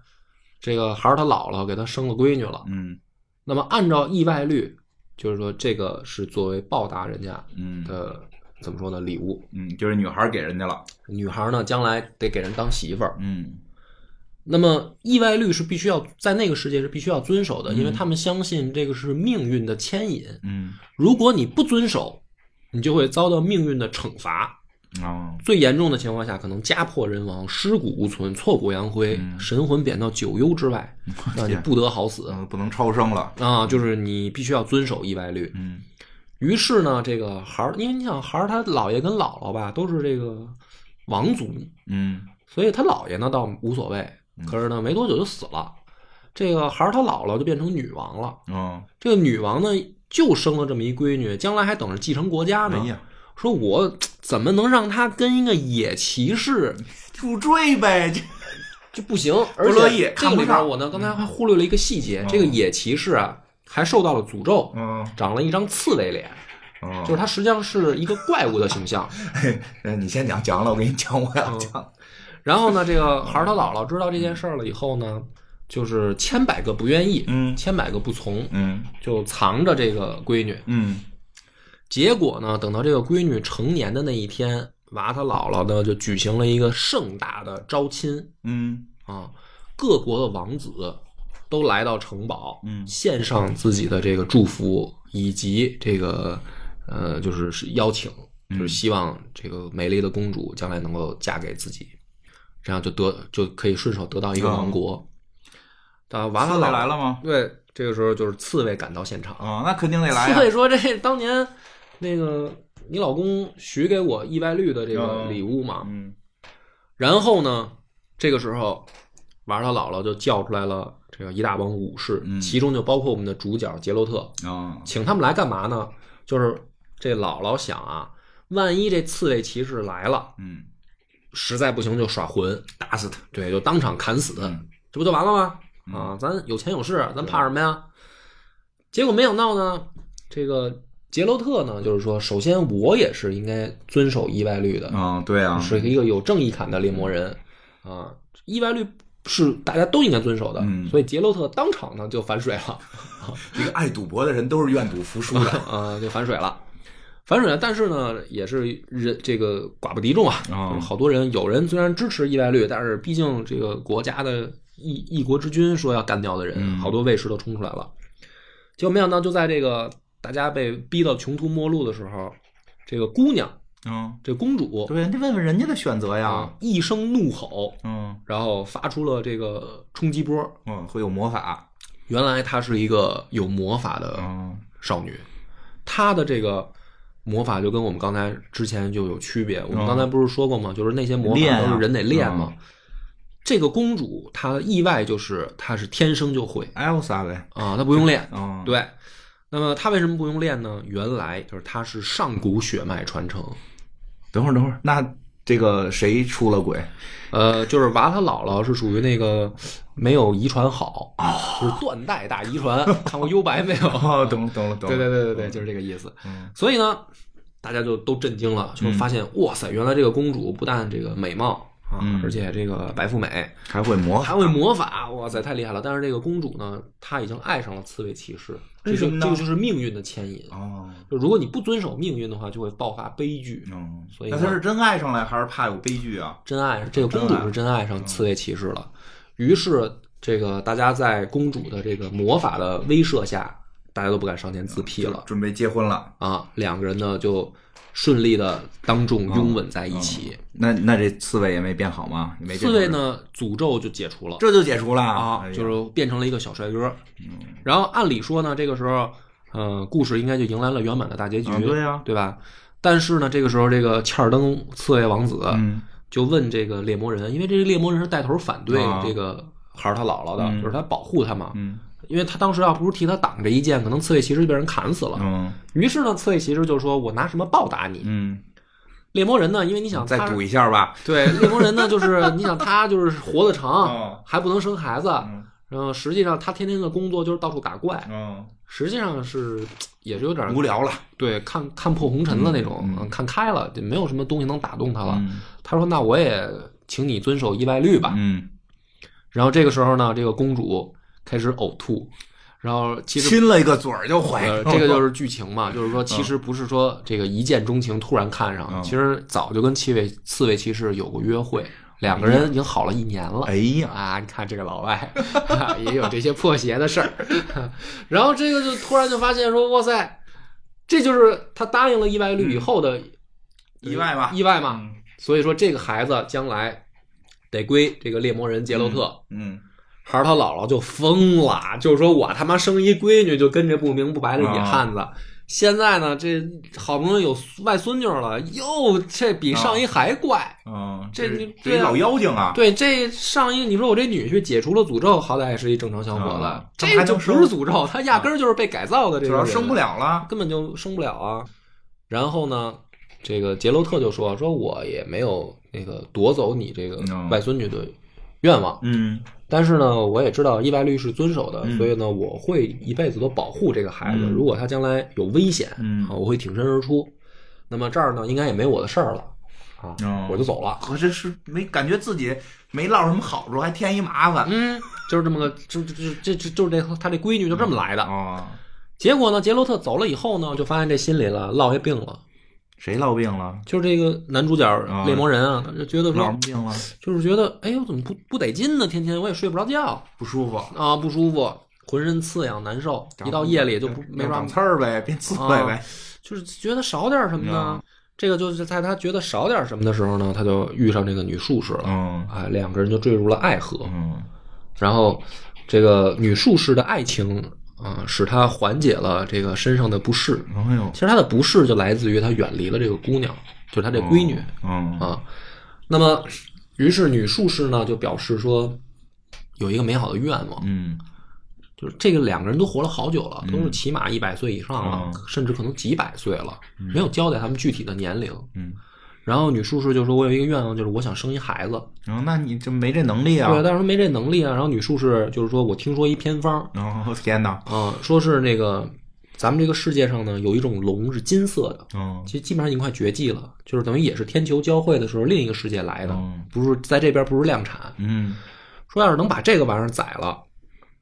[SPEAKER 2] 这个孩儿他姥姥给他生了闺女了。
[SPEAKER 1] 嗯
[SPEAKER 2] 那么按照意外率，就是说这个是作为报答人家
[SPEAKER 1] 嗯
[SPEAKER 2] 的怎么说呢礼物。
[SPEAKER 1] 嗯，就是女孩儿给人家了，
[SPEAKER 2] 女孩呢，将来得给人当媳妇儿。
[SPEAKER 1] 嗯
[SPEAKER 2] 那么意外率是必须要在那个世界是必须要遵守的，因为他们相信这个是命运的牵引。
[SPEAKER 1] 嗯
[SPEAKER 2] 如果你不遵守，你就会遭到命运的惩罚。
[SPEAKER 1] 哦
[SPEAKER 2] 最严重的情况下，可能家破人亡、尸骨无存、挫骨扬灰、神魂贬到九幽之外，那
[SPEAKER 1] 嗯
[SPEAKER 2] 你
[SPEAKER 1] 天
[SPEAKER 2] 不得好死
[SPEAKER 1] 嗯不能超生了，
[SPEAKER 2] 啊！就是你必须要遵守意外律。
[SPEAKER 1] 嗯
[SPEAKER 2] 于是呢，这个孩儿，因为你想孩儿他姥爷跟姥姥吧，都是这个王族，
[SPEAKER 1] 嗯
[SPEAKER 2] 所以他姥爷呢倒无所谓，可是呢没多久就死了。这个孩儿他姥姥就变成女王了，
[SPEAKER 1] 哦，
[SPEAKER 2] 这个女王呢就生了这么一闺女，将来还等着继承国家
[SPEAKER 1] 哎
[SPEAKER 2] 呢。
[SPEAKER 1] 呀，
[SPEAKER 2] 说我怎么能让她跟一个野骑士
[SPEAKER 1] 入赘呗，这
[SPEAKER 2] 就不行？而
[SPEAKER 1] 乐意
[SPEAKER 2] 且这
[SPEAKER 1] 看
[SPEAKER 2] 个
[SPEAKER 1] 不
[SPEAKER 2] 里边
[SPEAKER 1] 上
[SPEAKER 2] 我呢刚才还忽略了一个细节，这个野骑士啊还受到了诅咒，
[SPEAKER 1] 嗯
[SPEAKER 2] 长了一张刺猬脸，
[SPEAKER 1] 哦，
[SPEAKER 2] 就是他实际上是一个怪物的形象。
[SPEAKER 1] [LAUGHS] 哎你先讲讲了，我给你讲，我要讲，
[SPEAKER 2] 然后呢，这个孩儿他姥姥知道这件事儿了以后呢，就是千百个不愿意，
[SPEAKER 1] 嗯
[SPEAKER 2] 千百个不从，
[SPEAKER 1] 嗯
[SPEAKER 2] 就藏着这个闺女。
[SPEAKER 1] 嗯
[SPEAKER 2] 结果呢，等到这个闺女成年的那一天，娃他姥姥呢就举行了一个盛大的招亲
[SPEAKER 1] 嗯
[SPEAKER 2] 啊，各国的王子都来到城堡，
[SPEAKER 1] 嗯
[SPEAKER 2] 献上自己的这个祝福以及这个呃，就是是邀请，
[SPEAKER 1] 嗯
[SPEAKER 2] 就是希望这个美丽的公主将来能够嫁给自己，这样就得就可以顺手得到一个王国。啊，娃他
[SPEAKER 1] 刺猬
[SPEAKER 2] 姥
[SPEAKER 1] 来了吗？
[SPEAKER 2] 对，这个时候就是刺猬赶到现场。
[SPEAKER 1] 哦，那肯定得来
[SPEAKER 2] 刺
[SPEAKER 1] 呀，
[SPEAKER 2] 猬说：“这当年那个你老公许给我意外率的这个
[SPEAKER 1] 嗯
[SPEAKER 2] 礼物嘛。
[SPEAKER 1] 嗯
[SPEAKER 2] 然后呢，这个时候玩儿他姥姥就叫出来了这个一大帮武士，
[SPEAKER 1] 嗯
[SPEAKER 2] 其中就包括我们的主角杰洛特，
[SPEAKER 1] 哦，
[SPEAKER 2] 请他们来干嘛呢？就是这姥姥想啊，万一这刺猬骑士来了，
[SPEAKER 1] 嗯，
[SPEAKER 2] 实在不行就耍混，
[SPEAKER 1] 打死他，
[SPEAKER 2] 对，就当场砍死，
[SPEAKER 1] 嗯
[SPEAKER 2] 这不就完了吗？啊，咱有钱有势，咱怕什么呀？结果没想到呢，这个杰洛特呢，就是说，首先我也是应该遵守意外律的，
[SPEAKER 1] 嗯，对啊，
[SPEAKER 2] 是一个有正义感的猎魔人啊。意外律是大家都应该遵守的，
[SPEAKER 1] 嗯
[SPEAKER 2] 所以杰洛特当场呢就反水了， [LAUGHS]
[SPEAKER 1] 一个爱赌博的人都是愿赌服输的， [LAUGHS]
[SPEAKER 2] 啊，就反水了。反水了，但是呢，也是人这个寡不敌众啊，
[SPEAKER 1] 哦
[SPEAKER 2] 就是好多人，有人虽然支持意外律，但是毕竟这个国家的一一国之君说要干掉的人，
[SPEAKER 1] 嗯
[SPEAKER 2] 好多卫士都冲出来了。结果没想到，就在这个大家被逼到穷途末路的时候，这个姑娘，
[SPEAKER 1] 嗯，
[SPEAKER 2] 这公主
[SPEAKER 1] 对，你得问问人家的选择呀
[SPEAKER 2] 啊，，一声怒吼，
[SPEAKER 1] 嗯
[SPEAKER 2] 然后发出了这个冲击波。
[SPEAKER 1] 嗯，会有魔法，
[SPEAKER 2] 原来她是一个有魔法的
[SPEAKER 1] 嗯
[SPEAKER 2] 少女，她的这个魔法就跟我们刚才之前就有区别。我们刚才不是说过吗？就是那些魔
[SPEAKER 1] 嗯练
[SPEAKER 2] 法
[SPEAKER 1] 啊
[SPEAKER 2] 都是人得练嘛。这个公主她的意外就是她是天生就会
[SPEAKER 1] ，Elsa 哎呗，
[SPEAKER 2] 啊，她不用练。
[SPEAKER 1] 嗯，，
[SPEAKER 2] 对，那么她为什么不用练呢？原来就是她是上古血脉传承。
[SPEAKER 1] 等会儿等会儿，那这个谁出了轨？
[SPEAKER 2] 呃，就是娃他姥姥是属于那个没有遗传好，就是断代大遗传。看过《幽白》没有？
[SPEAKER 1] 哦， [LAUGHS] 懂了懂了懂
[SPEAKER 2] 对
[SPEAKER 1] 了，
[SPEAKER 2] 对对对对，就是这个意思。
[SPEAKER 1] 嗯
[SPEAKER 2] 所以呢，大家就都震惊了，就发现、哇塞，原来这个公主不但这个美貌啊，
[SPEAKER 1] 嗯
[SPEAKER 2] 而且这个白富美，
[SPEAKER 1] 还会魔法
[SPEAKER 2] 还，会魔法，哇塞，太厉害了！但是这个公主呢，她已经爱上了刺猬骑士，这
[SPEAKER 1] 为
[SPEAKER 2] 就
[SPEAKER 1] 什么呢
[SPEAKER 2] 这个就是命运的牵引。
[SPEAKER 1] 哦，
[SPEAKER 2] 就如果你不遵守命运的话，就会爆发悲剧。
[SPEAKER 1] 嗯，
[SPEAKER 2] 所以
[SPEAKER 1] 那
[SPEAKER 2] 呢
[SPEAKER 1] 他是真爱上了，还是怕有悲剧啊？
[SPEAKER 2] 真爱，这个公主是真爱
[SPEAKER 1] 嗯
[SPEAKER 2] 上刺猬骑士了。于是，这个大家在公主的这个魔法的威慑下，大家都不敢上
[SPEAKER 1] 嗯
[SPEAKER 2] 前自辟了
[SPEAKER 1] 准备结婚了。
[SPEAKER 2] 啊。两个人呢就顺利的当众
[SPEAKER 1] 嗯
[SPEAKER 2] 拥吻在一起。
[SPEAKER 1] 那那这刺猬也没变好吗？也没变
[SPEAKER 2] 刺猬
[SPEAKER 1] 好
[SPEAKER 2] 呢，诅咒就解除了。
[SPEAKER 1] 这就解除了
[SPEAKER 2] 啊
[SPEAKER 1] 哎，呀嗯
[SPEAKER 2] 就是变成了一个小帅哥。然后按理说呢，这个时候，呃，故事应该就迎来了圆满的大结局，
[SPEAKER 1] 啊对呀
[SPEAKER 2] 对吧？但是呢，这个时候，这个切尔登刺猬王子
[SPEAKER 1] 嗯
[SPEAKER 2] 就问这个猎魔人，因为这个猎魔人是带头反对
[SPEAKER 1] 啊
[SPEAKER 2] 这个孩儿他姥姥的，
[SPEAKER 1] 嗯
[SPEAKER 2] 就是他保护他嘛。
[SPEAKER 1] 嗯
[SPEAKER 2] 因为他当时要不是替他挡这一剑，可能刺猬骑士就被人砍死了。
[SPEAKER 1] 嗯
[SPEAKER 2] 于是呢，刺猬骑士就说：“我拿什么报答你？”
[SPEAKER 1] 嗯，
[SPEAKER 2] 猎魔人呢，因为你想
[SPEAKER 1] 再
[SPEAKER 2] 他
[SPEAKER 1] 赌一下吧。
[SPEAKER 2] 对猎魔人呢，就是 [LAUGHS] 你想他就是活得长
[SPEAKER 1] 哦，
[SPEAKER 2] 还不能生孩子，
[SPEAKER 1] 嗯
[SPEAKER 2] 然后实际上他天天的工作就是到处打怪，
[SPEAKER 1] 嗯，
[SPEAKER 2] 实际上是也是有点
[SPEAKER 1] 无聊了。
[SPEAKER 2] 对看看破红尘的那种，
[SPEAKER 1] 嗯嗯
[SPEAKER 2] 嗯看开了，就没有什么东西能打动他了。
[SPEAKER 1] 嗯
[SPEAKER 2] 他说：“那我也请你遵守意外律吧。
[SPEAKER 1] 嗯，
[SPEAKER 2] 然后这个时候呢，这个公主开始呕吐，然后其实。
[SPEAKER 1] 亲了一个嘴儿就怀
[SPEAKER 2] 呃，
[SPEAKER 1] 上了。
[SPEAKER 2] 这个就是剧情嘛，就是说，其实不是说这个一见钟情突然看上，
[SPEAKER 1] 嗯
[SPEAKER 2] 其实早就跟刺猬刺猬骑士有过约会，两个人已经好了一年了。
[SPEAKER 1] [LAUGHS] 哎呀，
[SPEAKER 2] 啊，你看这个老外、啊也有这些破鞋的事儿， [LAUGHS] 然后这个就突然就发现说，哇塞，这就是他答应了意外
[SPEAKER 1] 嗯
[SPEAKER 2] 率以后的
[SPEAKER 1] 意外吧
[SPEAKER 2] 意外嘛。所以说这个孩子将来得归这个猎魔人杰洛特。
[SPEAKER 1] 嗯
[SPEAKER 2] 孩儿他姥姥就疯了，就说我他妈生一闺女就跟这不明不白的野
[SPEAKER 1] 啊
[SPEAKER 2] 汉子。现在呢，这好不容易有外孙女了，哟，这比
[SPEAKER 1] 啊
[SPEAKER 2] 上一还怪。
[SPEAKER 1] 嗯，
[SPEAKER 2] 这你
[SPEAKER 1] 这一
[SPEAKER 2] 对啊
[SPEAKER 1] 老妖精啊，
[SPEAKER 2] 对，这上一你说我这女婿解除了诅咒，好歹也是一正常小伙子，
[SPEAKER 1] 啊
[SPEAKER 2] 这
[SPEAKER 1] 他还
[SPEAKER 2] 就
[SPEAKER 1] 能
[SPEAKER 2] 不
[SPEAKER 1] 生
[SPEAKER 2] 是诅咒，他压根儿就是被改造的这
[SPEAKER 1] 主
[SPEAKER 2] 个
[SPEAKER 1] 要
[SPEAKER 2] 人，
[SPEAKER 1] 生不了了。
[SPEAKER 2] 根本就生不了啊。然后呢，这个杰洛特就说：“说我也没有那个夺走你这个
[SPEAKER 1] 嗯
[SPEAKER 2] 外孙女的愿望，
[SPEAKER 1] 嗯
[SPEAKER 2] 但是呢，我也知道意外率是遵守的，
[SPEAKER 1] 嗯
[SPEAKER 2] 所以呢，我会一辈子都保护这个孩子。
[SPEAKER 1] 嗯
[SPEAKER 2] 如果他将来有危险，
[SPEAKER 1] 嗯
[SPEAKER 2] 啊，我会挺身而出。那么这儿呢，应该也没我的事儿了啊，
[SPEAKER 1] 嗯
[SPEAKER 2] 我就走了。”
[SPEAKER 1] 合着是没感觉自己没落什么好处，还添一麻烦
[SPEAKER 2] 嗯，就是这么个，就就就这这就是这他这闺女就这么来的。
[SPEAKER 1] 啊？
[SPEAKER 2] 结果呢，杰洛特走了以后呢，就发现这心里了落下病了，
[SPEAKER 1] 谁落病了？
[SPEAKER 2] 就是这个男主角
[SPEAKER 1] 啊
[SPEAKER 2] 猎魔人啊，他就觉得
[SPEAKER 1] 落什
[SPEAKER 2] 说
[SPEAKER 1] 么，病了？
[SPEAKER 2] 就是觉得哎呦怎么不不得劲呢？天天我也睡不着觉
[SPEAKER 1] 不舒服，
[SPEAKER 2] 啊，不舒服，浑身刺痒难受，一到夜里就不没法
[SPEAKER 1] 长刺儿呗，变刺猬呗。
[SPEAKER 2] 就是觉得少点什么呢
[SPEAKER 1] 啊？
[SPEAKER 2] 这个就是在他觉得少点什么的时候呢，他就遇上这个女术士了，
[SPEAKER 1] 嗯
[SPEAKER 2] 啊，两个人就坠入了爱河。
[SPEAKER 1] 嗯
[SPEAKER 2] 然后这个女术士的爱情啊、使她缓解了这个身上的不适。
[SPEAKER 1] 哎呦
[SPEAKER 2] 其，实她的不适就来自于她远离了这个姑娘，就是她这闺女
[SPEAKER 1] 嗯
[SPEAKER 2] 啊。那么，于是女术士呢就表示说，有一个美好的愿望，
[SPEAKER 1] 嗯
[SPEAKER 2] 就是这个两个人都活了好久了，都是起码一百岁以上了，
[SPEAKER 1] 嗯
[SPEAKER 2] 甚至可能几百岁了，没有交代他们具体的年龄。
[SPEAKER 1] 嗯，
[SPEAKER 2] 然后女术士就说：“我有一个愿望，就是我想生一孩子。
[SPEAKER 1] 然后那你这没这能力啊？
[SPEAKER 2] 对，但是没这能力啊。然后女术士就是说：“我听说一偏方，
[SPEAKER 1] 然后天哪，
[SPEAKER 2] 啊，说是那个咱们这个世界上呢，有一种龙是金色的，
[SPEAKER 1] 嗯
[SPEAKER 2] 其实基本上已经快绝迹了，就是等于也是天球交汇的时候另一个世界来的，
[SPEAKER 1] 嗯
[SPEAKER 2] 不是在这边不是量产。
[SPEAKER 1] 嗯
[SPEAKER 2] 说要是能把这个玩意儿宰了，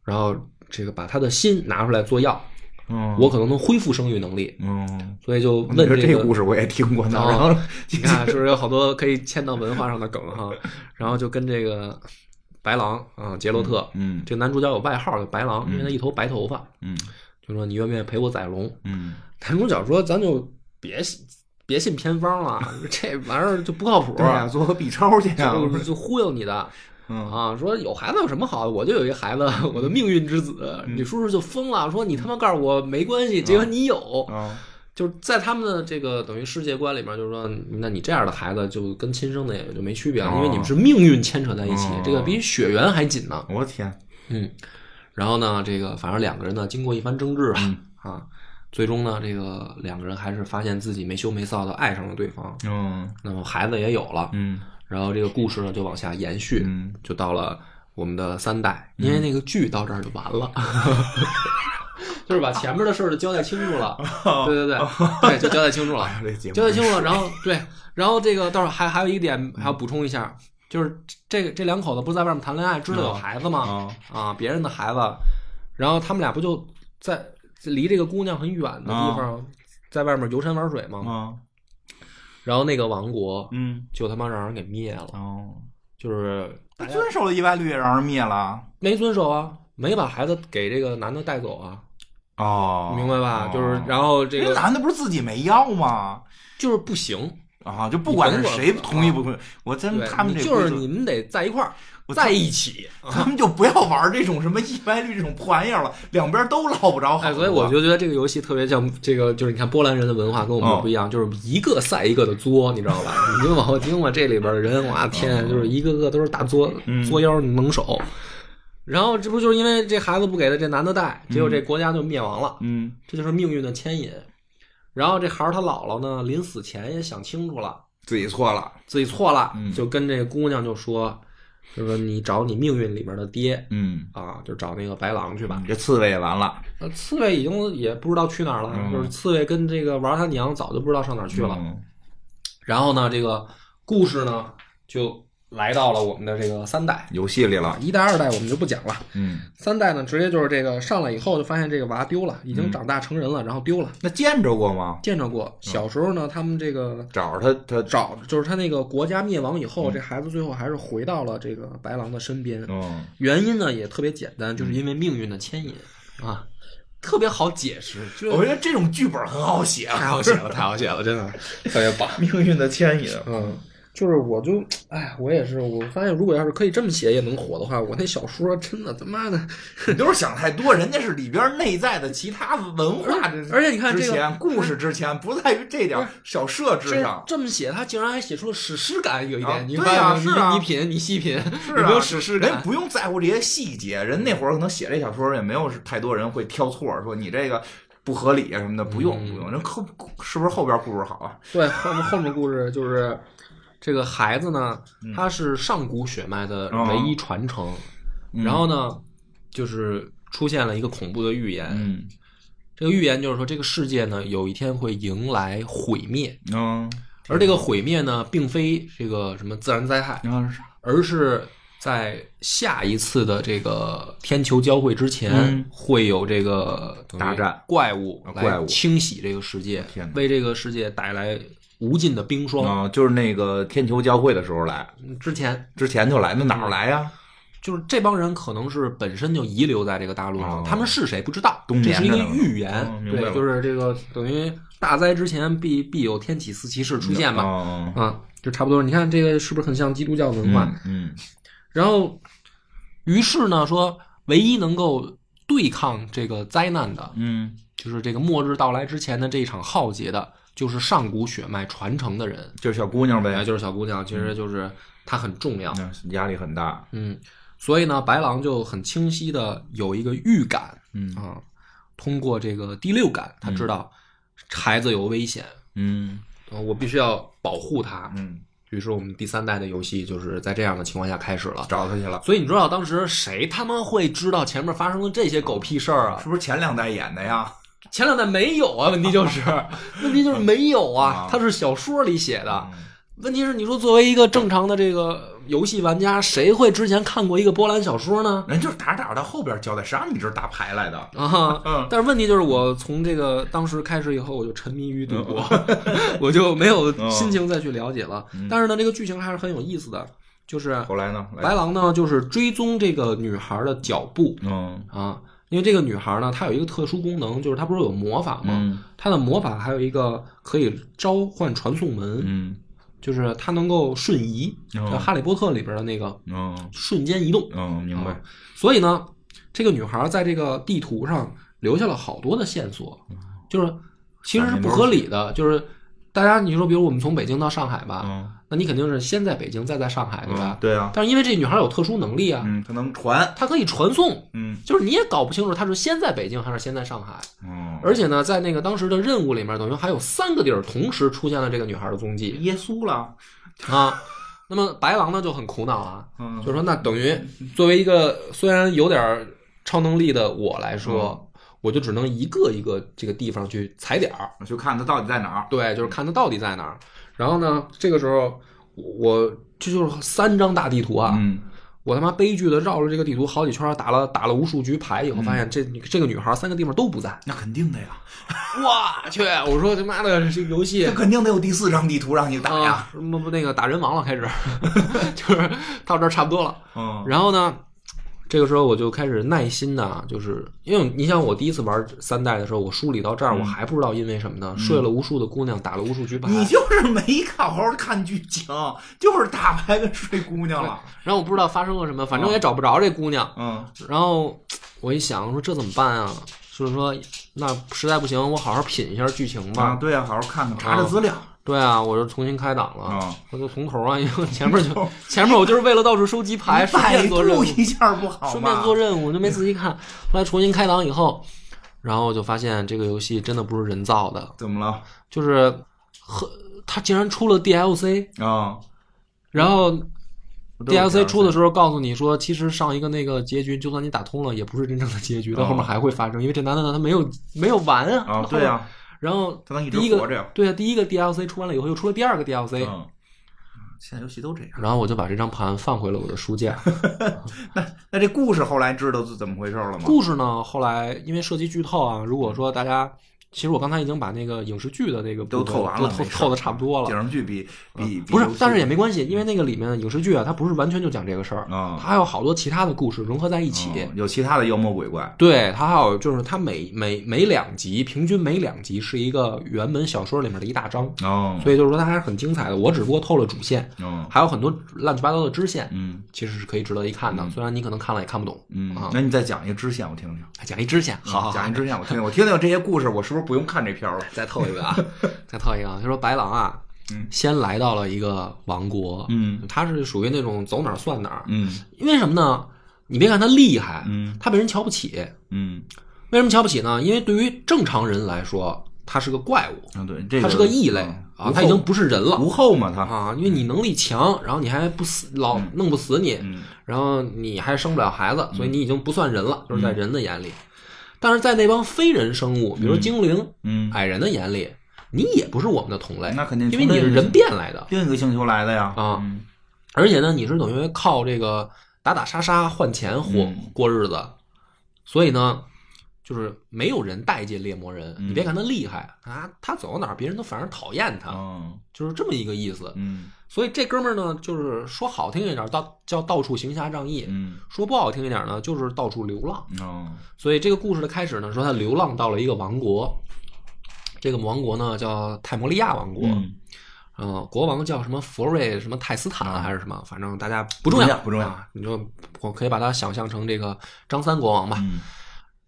[SPEAKER 2] 然后这个把他的心拿出来做药，
[SPEAKER 1] 嗯，
[SPEAKER 2] 我可能能恢复生育能力。
[SPEAKER 1] 嗯，
[SPEAKER 2] 所以就
[SPEAKER 1] 我觉
[SPEAKER 2] 问
[SPEAKER 1] 得
[SPEAKER 2] 这
[SPEAKER 1] 这
[SPEAKER 2] 个。
[SPEAKER 1] 故事我也听过呢。
[SPEAKER 2] 哦
[SPEAKER 1] 然后
[SPEAKER 2] 你看，是不是有好多可以嵌到文化上的梗哈？然后就跟这个白狼啊，杰洛特，
[SPEAKER 1] 嗯
[SPEAKER 2] 这个男主角有外号叫白狼，因为他一头白头发，
[SPEAKER 1] 嗯
[SPEAKER 2] 就说你愿不愿意陪我宰龙？
[SPEAKER 1] 嗯
[SPEAKER 2] 男主角说：“咱就别信别信偏方了， [LAUGHS] 这玩意儿就不靠谱，
[SPEAKER 1] 嗯
[SPEAKER 2] 啊
[SPEAKER 1] 对呀，做个 B 超去啊！
[SPEAKER 2] 就就忽悠你的。”
[SPEAKER 1] 嗯
[SPEAKER 2] 啊，说有孩子有什么好？我就有一孩子，我的命运之子。
[SPEAKER 1] 嗯
[SPEAKER 2] 女叔叔就疯了，说你他妈告诉我没关系，结果你有，
[SPEAKER 1] 啊
[SPEAKER 2] 就是在他们的这个等于世界观里面，就是说，那你这样的孩子就跟亲生的也就没区别了，因为你们是命运牵扯在一起
[SPEAKER 1] 哦，
[SPEAKER 2] 这个比血缘还紧呢。
[SPEAKER 1] 我的天，
[SPEAKER 2] 嗯，然后呢，这个反正两个人呢，经过一番争执吧，
[SPEAKER 1] 嗯
[SPEAKER 2] 啊，最终呢，这个两个人还是发现自己没羞没臊的爱上了对方，
[SPEAKER 1] 嗯
[SPEAKER 2] 那么孩子也有了，
[SPEAKER 1] 嗯
[SPEAKER 2] 然后这个故事呢就往下延续，
[SPEAKER 1] [LAUGHS] 嗯
[SPEAKER 2] 就到了我们的三代，因为那个剧到这儿就完
[SPEAKER 1] [LAUGHS]
[SPEAKER 2] 了。就是把前面的事儿就交代清楚了，
[SPEAKER 1] 哦
[SPEAKER 2] 对对对，
[SPEAKER 1] [LAUGHS]
[SPEAKER 2] 对，就交代清楚了。
[SPEAKER 1] 这节目
[SPEAKER 2] 交代清楚了，然后对，然后这个到时候还还有一
[SPEAKER 1] 嗯
[SPEAKER 2] 点还要补充一下，就是这个这两口子不是在外面谈恋爱，知道
[SPEAKER 1] 嗯
[SPEAKER 2] 有孩子吗？
[SPEAKER 1] 哦
[SPEAKER 2] 啊，别人的孩子，然后他们俩不就在离这个姑娘很远的地
[SPEAKER 1] 嗯
[SPEAKER 2] 方，在外面游山玩水吗？
[SPEAKER 1] 啊
[SPEAKER 2] 然后那个王国
[SPEAKER 1] 嗯
[SPEAKER 2] 就他妈让人给灭了，
[SPEAKER 1] 哦，
[SPEAKER 2] 就是
[SPEAKER 1] 不遵守了意外律，让人灭了。
[SPEAKER 2] 没遵守啊，没把孩子给这个男的带走啊，
[SPEAKER 1] 哦，
[SPEAKER 2] 明白吧？就是
[SPEAKER 1] 哦
[SPEAKER 2] 然后这
[SPEAKER 1] 那
[SPEAKER 2] 个
[SPEAKER 1] 男的不是自己没要吗？
[SPEAKER 2] 就是不行，
[SPEAKER 1] 啊，就不管啊是谁
[SPEAKER 2] 你甭管
[SPEAKER 1] 同意不同意，我真
[SPEAKER 2] 对
[SPEAKER 1] 他们
[SPEAKER 2] 你
[SPEAKER 1] 这
[SPEAKER 2] 就是
[SPEAKER 1] 规
[SPEAKER 2] 你们得在一块儿，
[SPEAKER 1] 我
[SPEAKER 2] 在一起。
[SPEAKER 1] 则他们就不要玩这种什么一歪律这种破玩意儿了，两边都捞不着好
[SPEAKER 2] 哎，
[SPEAKER 1] 处啊。
[SPEAKER 2] 所以我就觉得这个游戏特别像这个，就是你看波兰人的文化跟我们不
[SPEAKER 1] 嗯
[SPEAKER 2] 一样，就是一个赛一个的作，你知道
[SPEAKER 1] [LAUGHS]
[SPEAKER 2] 吧？你就往后听吧，这里边的人，
[SPEAKER 1] 嗯
[SPEAKER 2] 我的天，就是一个个都是大作作妖能手。然后这不就是因为这孩子不给他这男的带，结果这国家就灭亡了，
[SPEAKER 1] 嗯
[SPEAKER 2] 这就是命运的牵引。然后这孩儿他姥姥呢，临死前也想清楚了，
[SPEAKER 1] 自己错了，
[SPEAKER 2] 自己错了
[SPEAKER 1] 嗯，
[SPEAKER 2] 就跟这姑娘就说，就说你找你命运里边的爹
[SPEAKER 1] 嗯，
[SPEAKER 2] 啊，就找那个白狼去吧。
[SPEAKER 1] 这刺猬也完了，
[SPEAKER 2] 呃，刺猬已经也不知道去哪儿了，
[SPEAKER 1] 嗯
[SPEAKER 2] 就是刺猬跟这个玩他娘早就不知道上哪儿去了。
[SPEAKER 1] 嗯
[SPEAKER 2] 然后呢，这个故事呢就来到了我们的这个三代
[SPEAKER 1] 游戏里
[SPEAKER 2] 啊
[SPEAKER 1] 了，，
[SPEAKER 2] 一代、二代我们就不讲了，
[SPEAKER 1] 嗯，
[SPEAKER 2] 三代呢直接就是这个上来以后就发现这个娃丢了，已
[SPEAKER 1] 嗯
[SPEAKER 2] 经长大成人了，然后丢了，
[SPEAKER 1] 那见着过吗？
[SPEAKER 2] 见着
[SPEAKER 1] 嗯
[SPEAKER 2] 过。小时候呢，他们这个
[SPEAKER 1] 找着他，他，
[SPEAKER 2] 找就是他那个国家灭亡以后，这孩子最后还是回到了这个白狼的身边。
[SPEAKER 1] 嗯，
[SPEAKER 2] 原因呢也特别简单，就是因为命运的牵引啊，特别好解释，就是
[SPEAKER 1] 我觉得这种剧本很好写啊，
[SPEAKER 2] 太好写了， [LAUGHS] 太好写了，真的啊特别棒。
[SPEAKER 1] [LAUGHS] 命运的牵引，
[SPEAKER 2] 嗯，就是我就哎，我也是，我发现如果要是可以这么写也能火的话，我那小说真的他妈的，
[SPEAKER 1] 你都是想太多，人家是里边内在的其他文化之，
[SPEAKER 2] 而且你看
[SPEAKER 1] 之
[SPEAKER 2] 这个
[SPEAKER 1] 前故事之前不在于这点小设置
[SPEAKER 2] 这
[SPEAKER 1] 上，
[SPEAKER 2] 这么写，他竟然还写出了史诗感，有一点，
[SPEAKER 1] 啊
[SPEAKER 2] 你
[SPEAKER 1] 对
[SPEAKER 2] 发现
[SPEAKER 1] 啊
[SPEAKER 2] 吗
[SPEAKER 1] 是啊
[SPEAKER 2] 你你品，你细品，
[SPEAKER 1] 是
[SPEAKER 2] 有
[SPEAKER 1] 啊
[SPEAKER 2] 没有史诗
[SPEAKER 1] 人
[SPEAKER 2] 感？
[SPEAKER 1] 不用在乎这些细节，人那会儿可能写这小说也没有太多人会挑错，说你这个不合理啊什么的，不
[SPEAKER 2] 嗯
[SPEAKER 1] 用不用，人后是不是后边故事好啊？
[SPEAKER 2] 对，后面后面故事就是这个孩子呢，
[SPEAKER 1] 嗯
[SPEAKER 2] 他是上古血脉的
[SPEAKER 1] 哦
[SPEAKER 2] 唯一传承，
[SPEAKER 1] 嗯
[SPEAKER 2] 然后呢，就是出现了一个恐怖的预言，
[SPEAKER 1] 嗯
[SPEAKER 2] 这个预言就是说这个世界呢有一天会迎来毁灭，
[SPEAKER 1] 嗯，
[SPEAKER 2] 而这个毁灭呢，并非这个什么自然灾害，
[SPEAKER 1] 然后是啥？
[SPEAKER 2] 而是在下一次的这个天球交汇之前，
[SPEAKER 1] 嗯
[SPEAKER 2] 会有这个等于
[SPEAKER 1] 大战
[SPEAKER 2] 怪物
[SPEAKER 1] 啊怪
[SPEAKER 2] 来
[SPEAKER 1] 物
[SPEAKER 2] 清洗这个世界
[SPEAKER 1] 天哪，
[SPEAKER 2] 为这个世界带来无尽的冰霜。
[SPEAKER 1] 啊，就是那个天球交汇的时候来，
[SPEAKER 2] 之前
[SPEAKER 1] 之前就来，那哪儿来呀？
[SPEAKER 2] 就是这帮人可能是本身就遗留在这个大陆上，
[SPEAKER 1] 哦
[SPEAKER 2] 他们是谁不知道，
[SPEAKER 1] 冬
[SPEAKER 2] 这
[SPEAKER 1] 眠
[SPEAKER 2] 是一
[SPEAKER 1] 着
[SPEAKER 2] 个
[SPEAKER 1] 呢
[SPEAKER 2] 预言，
[SPEAKER 1] 哦明白
[SPEAKER 2] 对，
[SPEAKER 1] 了
[SPEAKER 2] 就是这个等于大灾之前必必有天启四骑士出现吧，
[SPEAKER 1] 嗯
[SPEAKER 2] 啊，就差不多。你看这个是不是很像基督教文化？
[SPEAKER 1] 嗯嗯
[SPEAKER 2] 然后，于是呢，说唯一能够对抗这个灾难的，
[SPEAKER 1] 嗯，
[SPEAKER 2] 就是这个末日到来之前的这一场浩劫的，就是上古血脉传承的人，
[SPEAKER 1] 嗯就是小姑娘
[SPEAKER 2] 哎，
[SPEAKER 1] 呗，
[SPEAKER 2] 就是小姑娘，其实就是她很重要，
[SPEAKER 1] 嗯压力很大，
[SPEAKER 2] 嗯，所以呢，白狼就很清晰的有一个预感
[SPEAKER 1] 嗯
[SPEAKER 2] 啊，通过这个第六感，他知道孩子有危险，
[SPEAKER 1] 嗯
[SPEAKER 2] 呃我必须要保护他。
[SPEAKER 1] 嗯，
[SPEAKER 2] 于是我们第三代的游戏就是在这样的情况下开始了。
[SPEAKER 1] 找他去了，
[SPEAKER 2] 所以你知道当时谁他妈会知道前面发生的这些狗屁事儿啊？
[SPEAKER 1] 是不是前两代演的呀？
[SPEAKER 2] 前两代没有啊，问
[SPEAKER 1] [LAUGHS]
[SPEAKER 2] 题就是问题就是没有啊
[SPEAKER 1] 啊，
[SPEAKER 2] 它是小说里写的。
[SPEAKER 1] 嗯
[SPEAKER 2] 问题是你说作为一个正常的这个游戏玩家，谁会之前看过一个波兰小说呢？
[SPEAKER 1] 人就是打着打着到后边交代，谁让你这是打牌来的？
[SPEAKER 2] 啊，
[SPEAKER 1] 嗯
[SPEAKER 2] 但是问题就是，我从这个当时开始以后，我就沉迷
[SPEAKER 1] [LAUGHS]
[SPEAKER 2] 于赌博，我就没有心情再去了解了。但是呢，这个剧情还是很有意思的，就是
[SPEAKER 1] 哦嗯后来呢？来，
[SPEAKER 2] 白狼呢，就是追踪这个女孩的脚步，
[SPEAKER 1] 嗯
[SPEAKER 2] 啊，因为这个女孩呢，她有一个特殊功能，就是她不是有魔法吗？
[SPEAKER 1] 嗯
[SPEAKER 2] 她的魔法还有一个可以召唤传送门，
[SPEAKER 1] 嗯
[SPEAKER 2] 就是她能够瞬移，
[SPEAKER 1] 哦
[SPEAKER 2] 像《哈利波特》里边的那个
[SPEAKER 1] 嗯
[SPEAKER 2] 瞬间移动。
[SPEAKER 1] 嗯，明
[SPEAKER 2] 啊
[SPEAKER 1] 白。
[SPEAKER 2] 所以呢，这个女孩在这个地图上留下了好多的线索，
[SPEAKER 1] 嗯
[SPEAKER 2] 就是其实是不合理的，就是。大家，你说，比如我们从北京到上海吧，
[SPEAKER 1] 嗯
[SPEAKER 2] 那你肯定是先在北京，再在上海，对吧
[SPEAKER 1] 嗯，？对啊，
[SPEAKER 2] 但是因为这女孩有特殊能力啊，
[SPEAKER 1] 嗯，他能传，
[SPEAKER 2] 她可以传送，
[SPEAKER 1] 嗯
[SPEAKER 2] 就是你也搞不清楚他是先在北京还是先在上海，
[SPEAKER 1] 嗯，
[SPEAKER 2] 而且呢，在那个当时的任务里面，等于还有三个地儿同时出现了这个女孩的踪迹
[SPEAKER 1] 耶稣了，
[SPEAKER 2] 啊。那么白狼呢就很苦恼啊，
[SPEAKER 1] 嗯
[SPEAKER 2] 就说那等于作为一个虽然有点儿超能力的我来说，我就只能一个一个这个地方去踩点儿，
[SPEAKER 1] 我去看他到底在哪儿。
[SPEAKER 2] 对，就是看他到底在哪儿。然后呢，这个时候我我这就是三张大地图啊，
[SPEAKER 1] 嗯
[SPEAKER 2] 我他妈悲剧的绕了这个地图好几圈儿，打了打了无数局牌以后，发现这这个女孩三个地方都不在。
[SPEAKER 1] 那肯定的呀，
[SPEAKER 2] 我去！我说他妈的这游戏
[SPEAKER 1] 这肯定得有第四张地图让你打呀。
[SPEAKER 2] 啊，什 [LAUGHS] 么不那个打人王了，开始就是到这儿差不多了。
[SPEAKER 1] 嗯
[SPEAKER 2] 然后呢，这个时候我就开始耐心的，就是因为你想我第一次玩三代的时候，我梳理到这儿，我还不知道因为什么呢，睡了无数的姑娘，打了无数局牌，
[SPEAKER 1] 嗯你就是没好好看剧情，就是打牌跟睡姑娘了。
[SPEAKER 2] 然后我不知道发生了什么，反正也找不着这姑娘。
[SPEAKER 1] 嗯，
[SPEAKER 2] 然后我一想，我说这怎么办啊？就是说，那实在不行，我好好品一下剧情吧。
[SPEAKER 1] 啊，对啊，好好看看，查查资料。
[SPEAKER 2] 对啊，我就重新开档了，
[SPEAKER 1] 啊 [LAUGHS]
[SPEAKER 2] 我就从头啊，因为前面就前面我就是为了到处收集牌，顺
[SPEAKER 1] 百
[SPEAKER 2] 便做任务
[SPEAKER 1] 度，一下不好
[SPEAKER 2] 顺
[SPEAKER 1] 吗？
[SPEAKER 2] 便做任务，我就没仔细看。后来重新开档以后，然后我就发现这个游戏真的不是人造的，
[SPEAKER 1] 怎么了？
[SPEAKER 2] 就是和它竟然出了 DLC，
[SPEAKER 1] 啊
[SPEAKER 2] 然后
[SPEAKER 1] 我嗯都有
[SPEAKER 2] DLC 出的时候告诉你说，其实上一个那个结局，就算你打通了，也不是真正的结局，到
[SPEAKER 1] 哦
[SPEAKER 2] 后面还会发生，因为这男的呢他没有没有完啊。
[SPEAKER 1] 啊，对
[SPEAKER 2] 呀、 [LAUGHS]
[SPEAKER 1] 啊，
[SPEAKER 2] 然后
[SPEAKER 1] 他能一直
[SPEAKER 2] 第一个
[SPEAKER 1] 活着呀。
[SPEAKER 2] 对啊，第一个 DLC 出完了以后，又出了第二个 DLC，、
[SPEAKER 1] 嗯，现在游戏都这样。
[SPEAKER 2] 然后我就把这张盘放回了我的书架。
[SPEAKER 1] 那这故事后来知道是怎么回事了吗？
[SPEAKER 2] 故事呢，后来因为涉及剧透啊，如果说大家，其实我刚才已经把那个影视剧的那个部
[SPEAKER 1] 嗯都
[SPEAKER 2] 分
[SPEAKER 1] 透完了，
[SPEAKER 2] 都透
[SPEAKER 1] 没事
[SPEAKER 2] 透的差不多了。嗯
[SPEAKER 1] 电视剧比比比
[SPEAKER 2] 不是
[SPEAKER 1] 游戏，
[SPEAKER 2] 但是也没关系，因为那个里面的影视剧啊，它不是完全就讲这个事儿，它
[SPEAKER 1] 啊，
[SPEAKER 2] 还有好多其他的故事融合在一起。
[SPEAKER 1] 嗯有其他的妖魔鬼怪。
[SPEAKER 2] 对，它还有就是它每每每两集，平均每两集是一个原本小说里面的一大章，
[SPEAKER 1] 哦，
[SPEAKER 2] 所以就是说它还是很精彩的。我只不过透了主线，
[SPEAKER 1] 哦，
[SPEAKER 2] 还有很多乱七八糟的支线，
[SPEAKER 1] 嗯
[SPEAKER 2] 其实是可以值得一看的。虽然你可能看了也看不懂，
[SPEAKER 1] 嗯
[SPEAKER 2] 啊，
[SPEAKER 1] 那你再讲一个支线，我听听。
[SPEAKER 2] 讲一支线，好好好
[SPEAKER 1] 讲一支线，我听听。我 [LAUGHS] 听听这些故事，我是不是不用看这片儿了？
[SPEAKER 2] 再透一个啊，再透一个啊，就说白狼啊，
[SPEAKER 1] 嗯
[SPEAKER 2] 先来到了一个王国，
[SPEAKER 1] [LAUGHS] 嗯
[SPEAKER 2] 他是属于那种走哪儿算哪儿，
[SPEAKER 1] 嗯
[SPEAKER 2] 因为什么呢？你别看他厉害，
[SPEAKER 1] 嗯
[SPEAKER 2] 他被人瞧不起，
[SPEAKER 1] 嗯，
[SPEAKER 2] 为什么瞧不起呢？因为对于正常人来说，他是个怪物，
[SPEAKER 1] 啊对，这嗯
[SPEAKER 2] 他是个异类啊，他已经不是人了
[SPEAKER 1] 无后嘛，他
[SPEAKER 2] 啊，因为你能力强，然后你还不死，老弄不死你，
[SPEAKER 1] 嗯
[SPEAKER 2] 然后你还生不了孩子，所以你已经不算人了，就是在人的眼里。但是在那帮非人生物，比如说精灵、
[SPEAKER 1] 嗯，
[SPEAKER 2] 矮人的眼里，你也不是我们的同类，
[SPEAKER 1] 那肯定
[SPEAKER 2] 哎因为你是人变来的，
[SPEAKER 1] 另一个星球来的呀
[SPEAKER 2] 啊
[SPEAKER 1] 嗯
[SPEAKER 2] 而且呢，你是等于靠这个打打杀杀换钱活、
[SPEAKER 1] 嗯
[SPEAKER 2] 过日子，所以呢，就是没有人待见猎魔人。
[SPEAKER 1] 嗯
[SPEAKER 2] 你别看他厉害啊，他走到哪儿别人都反而讨厌他，
[SPEAKER 1] 哦
[SPEAKER 2] 就是这么一个意思。
[SPEAKER 1] 嗯
[SPEAKER 2] 所以这哥们儿呢，就是说好听一点，到叫到处行侠仗义。
[SPEAKER 1] 嗯
[SPEAKER 2] 说不好听一点呢，就是到处流浪。
[SPEAKER 1] 哦
[SPEAKER 2] 所以这个故事的开始呢，说他流浪到了一个王国，这个王国呢叫泰摩利亚王国，
[SPEAKER 1] 嗯
[SPEAKER 2] 嗯，国王叫什么佛瑞什么泰斯坦啊还是什么，反正大家不重要，
[SPEAKER 1] 不重要
[SPEAKER 2] 啊你就我可以把它想象成这个张三国王吧。
[SPEAKER 1] 嗯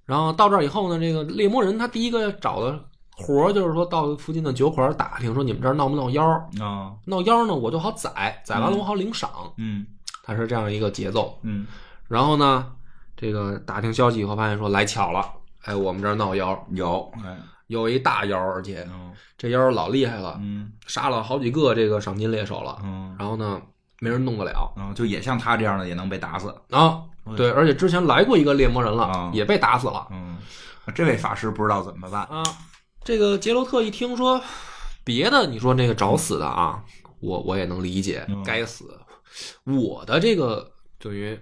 [SPEAKER 2] 然后到这儿以后呢，这个猎魔人他第一个找的活儿就是说到附近的酒馆打听，说你们这儿闹不闹妖儿？
[SPEAKER 1] 哦
[SPEAKER 2] 闹妖儿呢，我就好宰，宰完
[SPEAKER 1] 嗯
[SPEAKER 2] 了我好领赏，
[SPEAKER 1] 嗯
[SPEAKER 2] 他是这样一个节奏。
[SPEAKER 1] 嗯，
[SPEAKER 2] 然后呢，这个打听消息以后发现说来巧了，哎，我们这儿闹妖儿有
[SPEAKER 1] 哎
[SPEAKER 2] 有一大妖儿，而且
[SPEAKER 1] 哦
[SPEAKER 2] 这妖儿老厉害了，
[SPEAKER 1] 嗯
[SPEAKER 2] 杀了好几个这个赏金猎手了。
[SPEAKER 1] 嗯
[SPEAKER 2] 然后呢，没人弄得了
[SPEAKER 1] 嗯，就也像他这样的也能被打死。
[SPEAKER 2] 啊。对，而且之前来过一个猎魔人了，
[SPEAKER 1] 啊
[SPEAKER 2] 也被打死了
[SPEAKER 1] 嗯，这位法师不知道怎么办。
[SPEAKER 2] 啊。这个杰洛特一听说别的，你说那个找死的啊，我我也能理解
[SPEAKER 1] 嗯，
[SPEAKER 2] 该死。我的这个等于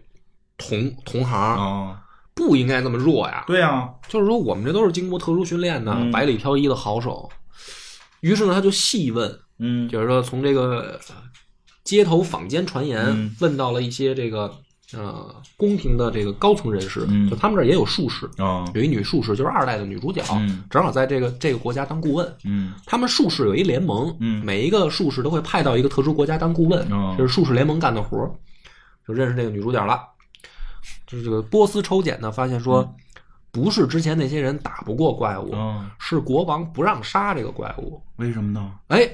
[SPEAKER 2] 同同行
[SPEAKER 1] 哦，
[SPEAKER 2] 不应该这么弱呀，
[SPEAKER 1] 对啊呀，
[SPEAKER 2] 就是说我们这都是经过特殊训练的
[SPEAKER 1] 嗯
[SPEAKER 2] 百里挑一的好手。于是呢，他就细问，
[SPEAKER 1] 嗯
[SPEAKER 2] 就是说从这个呃街头坊间传言、
[SPEAKER 1] 嗯
[SPEAKER 2] 问到了一些这个呃宫廷的这个高层人士，
[SPEAKER 1] 嗯
[SPEAKER 2] 就他们这儿也有术士，
[SPEAKER 1] 哦
[SPEAKER 2] 有一女术士就是二代的女主角，
[SPEAKER 1] 嗯
[SPEAKER 2] 正好在这个这个国家当顾问。
[SPEAKER 1] 嗯
[SPEAKER 2] 他们术士有一联盟，
[SPEAKER 1] 嗯
[SPEAKER 2] 每一个术士都会派到一个特殊国家当顾问，
[SPEAKER 1] 哦
[SPEAKER 2] 这是术士联盟干的活儿。就认识这个女主角了，就是这个波斯抽检呢，发现说、不是之前那些人打不过怪物，
[SPEAKER 1] 嗯哦，
[SPEAKER 2] 是国王不让杀这个怪物。
[SPEAKER 1] 为什么呢？
[SPEAKER 2] 哎，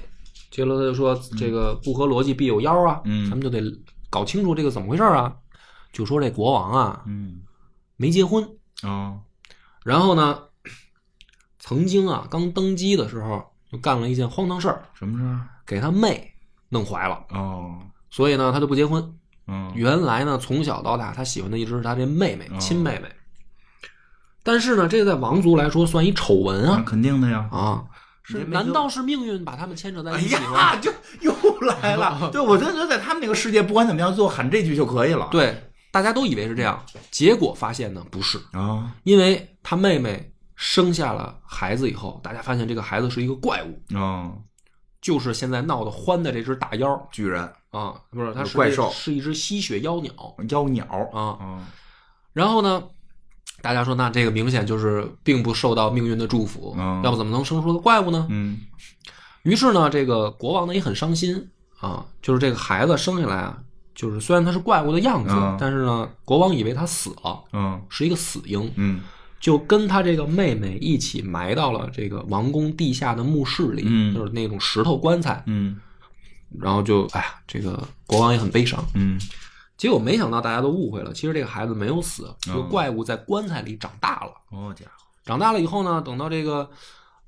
[SPEAKER 2] 杰罗特就说这个不合逻辑必有妖啊，
[SPEAKER 1] 嗯
[SPEAKER 2] 咱们就得搞清楚这个怎么回事儿啊。就说这国王啊
[SPEAKER 1] 嗯
[SPEAKER 2] 没结婚，
[SPEAKER 1] 哦
[SPEAKER 2] 然后呢，曾经啊刚登基的时候就干了一件荒唐事儿，
[SPEAKER 1] 什么事儿？
[SPEAKER 2] 给他妹弄怀了，
[SPEAKER 1] 哦
[SPEAKER 2] 所以呢他就不结婚。
[SPEAKER 1] 嗯
[SPEAKER 2] 原来呢从小到大他喜欢的一直是他这妹妹
[SPEAKER 1] 哦
[SPEAKER 2] 亲妹妹，但是呢这在王族来说算一丑闻
[SPEAKER 1] 那
[SPEAKER 2] 啊
[SPEAKER 1] 肯定的呀。
[SPEAKER 2] 啊！
[SPEAKER 1] 你
[SPEAKER 2] 是
[SPEAKER 1] 这嗯没
[SPEAKER 2] 难
[SPEAKER 1] 就
[SPEAKER 2] 道是命运把他们牵扯在
[SPEAKER 1] 哎
[SPEAKER 2] 一起吗？
[SPEAKER 1] 呀，就又来 [LAUGHS] 了。对，我真觉得在他们那个世界，不管怎么样，最后喊这句就可以了。
[SPEAKER 2] 对，大家都以为是这样，结果发现呢不是，
[SPEAKER 1] 啊
[SPEAKER 2] 因为他妹妹生下了孩子以后，大家发现这个孩子是一个怪物，
[SPEAKER 1] 哦，
[SPEAKER 2] 就是现在闹得欢的这只大妖
[SPEAKER 1] 巨人、
[SPEAKER 2] 啊，不是，它是
[SPEAKER 1] 怪兽
[SPEAKER 2] 是一只吸血妖鸟
[SPEAKER 1] 妖鸟
[SPEAKER 2] 啊。
[SPEAKER 1] 啊，
[SPEAKER 2] 然后呢，大家说那这个明显就是并不受到命运的祝福，
[SPEAKER 1] 嗯
[SPEAKER 2] 要不怎么能生出个怪物呢？
[SPEAKER 1] 嗯
[SPEAKER 2] 于是呢，这个国王呢也很伤心啊，就是这个孩子生下来啊，就是虽然他是怪物的样子，
[SPEAKER 1] 嗯
[SPEAKER 2] 但是呢，国王以为他死了，
[SPEAKER 1] 嗯
[SPEAKER 2] 是一个死婴，
[SPEAKER 1] 嗯
[SPEAKER 2] 就跟他这个妹妹一起埋到了这个王宫地下的墓室里，
[SPEAKER 1] 嗯
[SPEAKER 2] 就是那种石头棺材。
[SPEAKER 1] 嗯
[SPEAKER 2] 然后就哎呀，这个国王也很悲伤。
[SPEAKER 1] 嗯
[SPEAKER 2] 结果没想到大家都误会了，其实这个孩子没有死，这个怪物在棺材里长大了。
[SPEAKER 1] 哦家伙，
[SPEAKER 2] 长大了以后呢，等到这个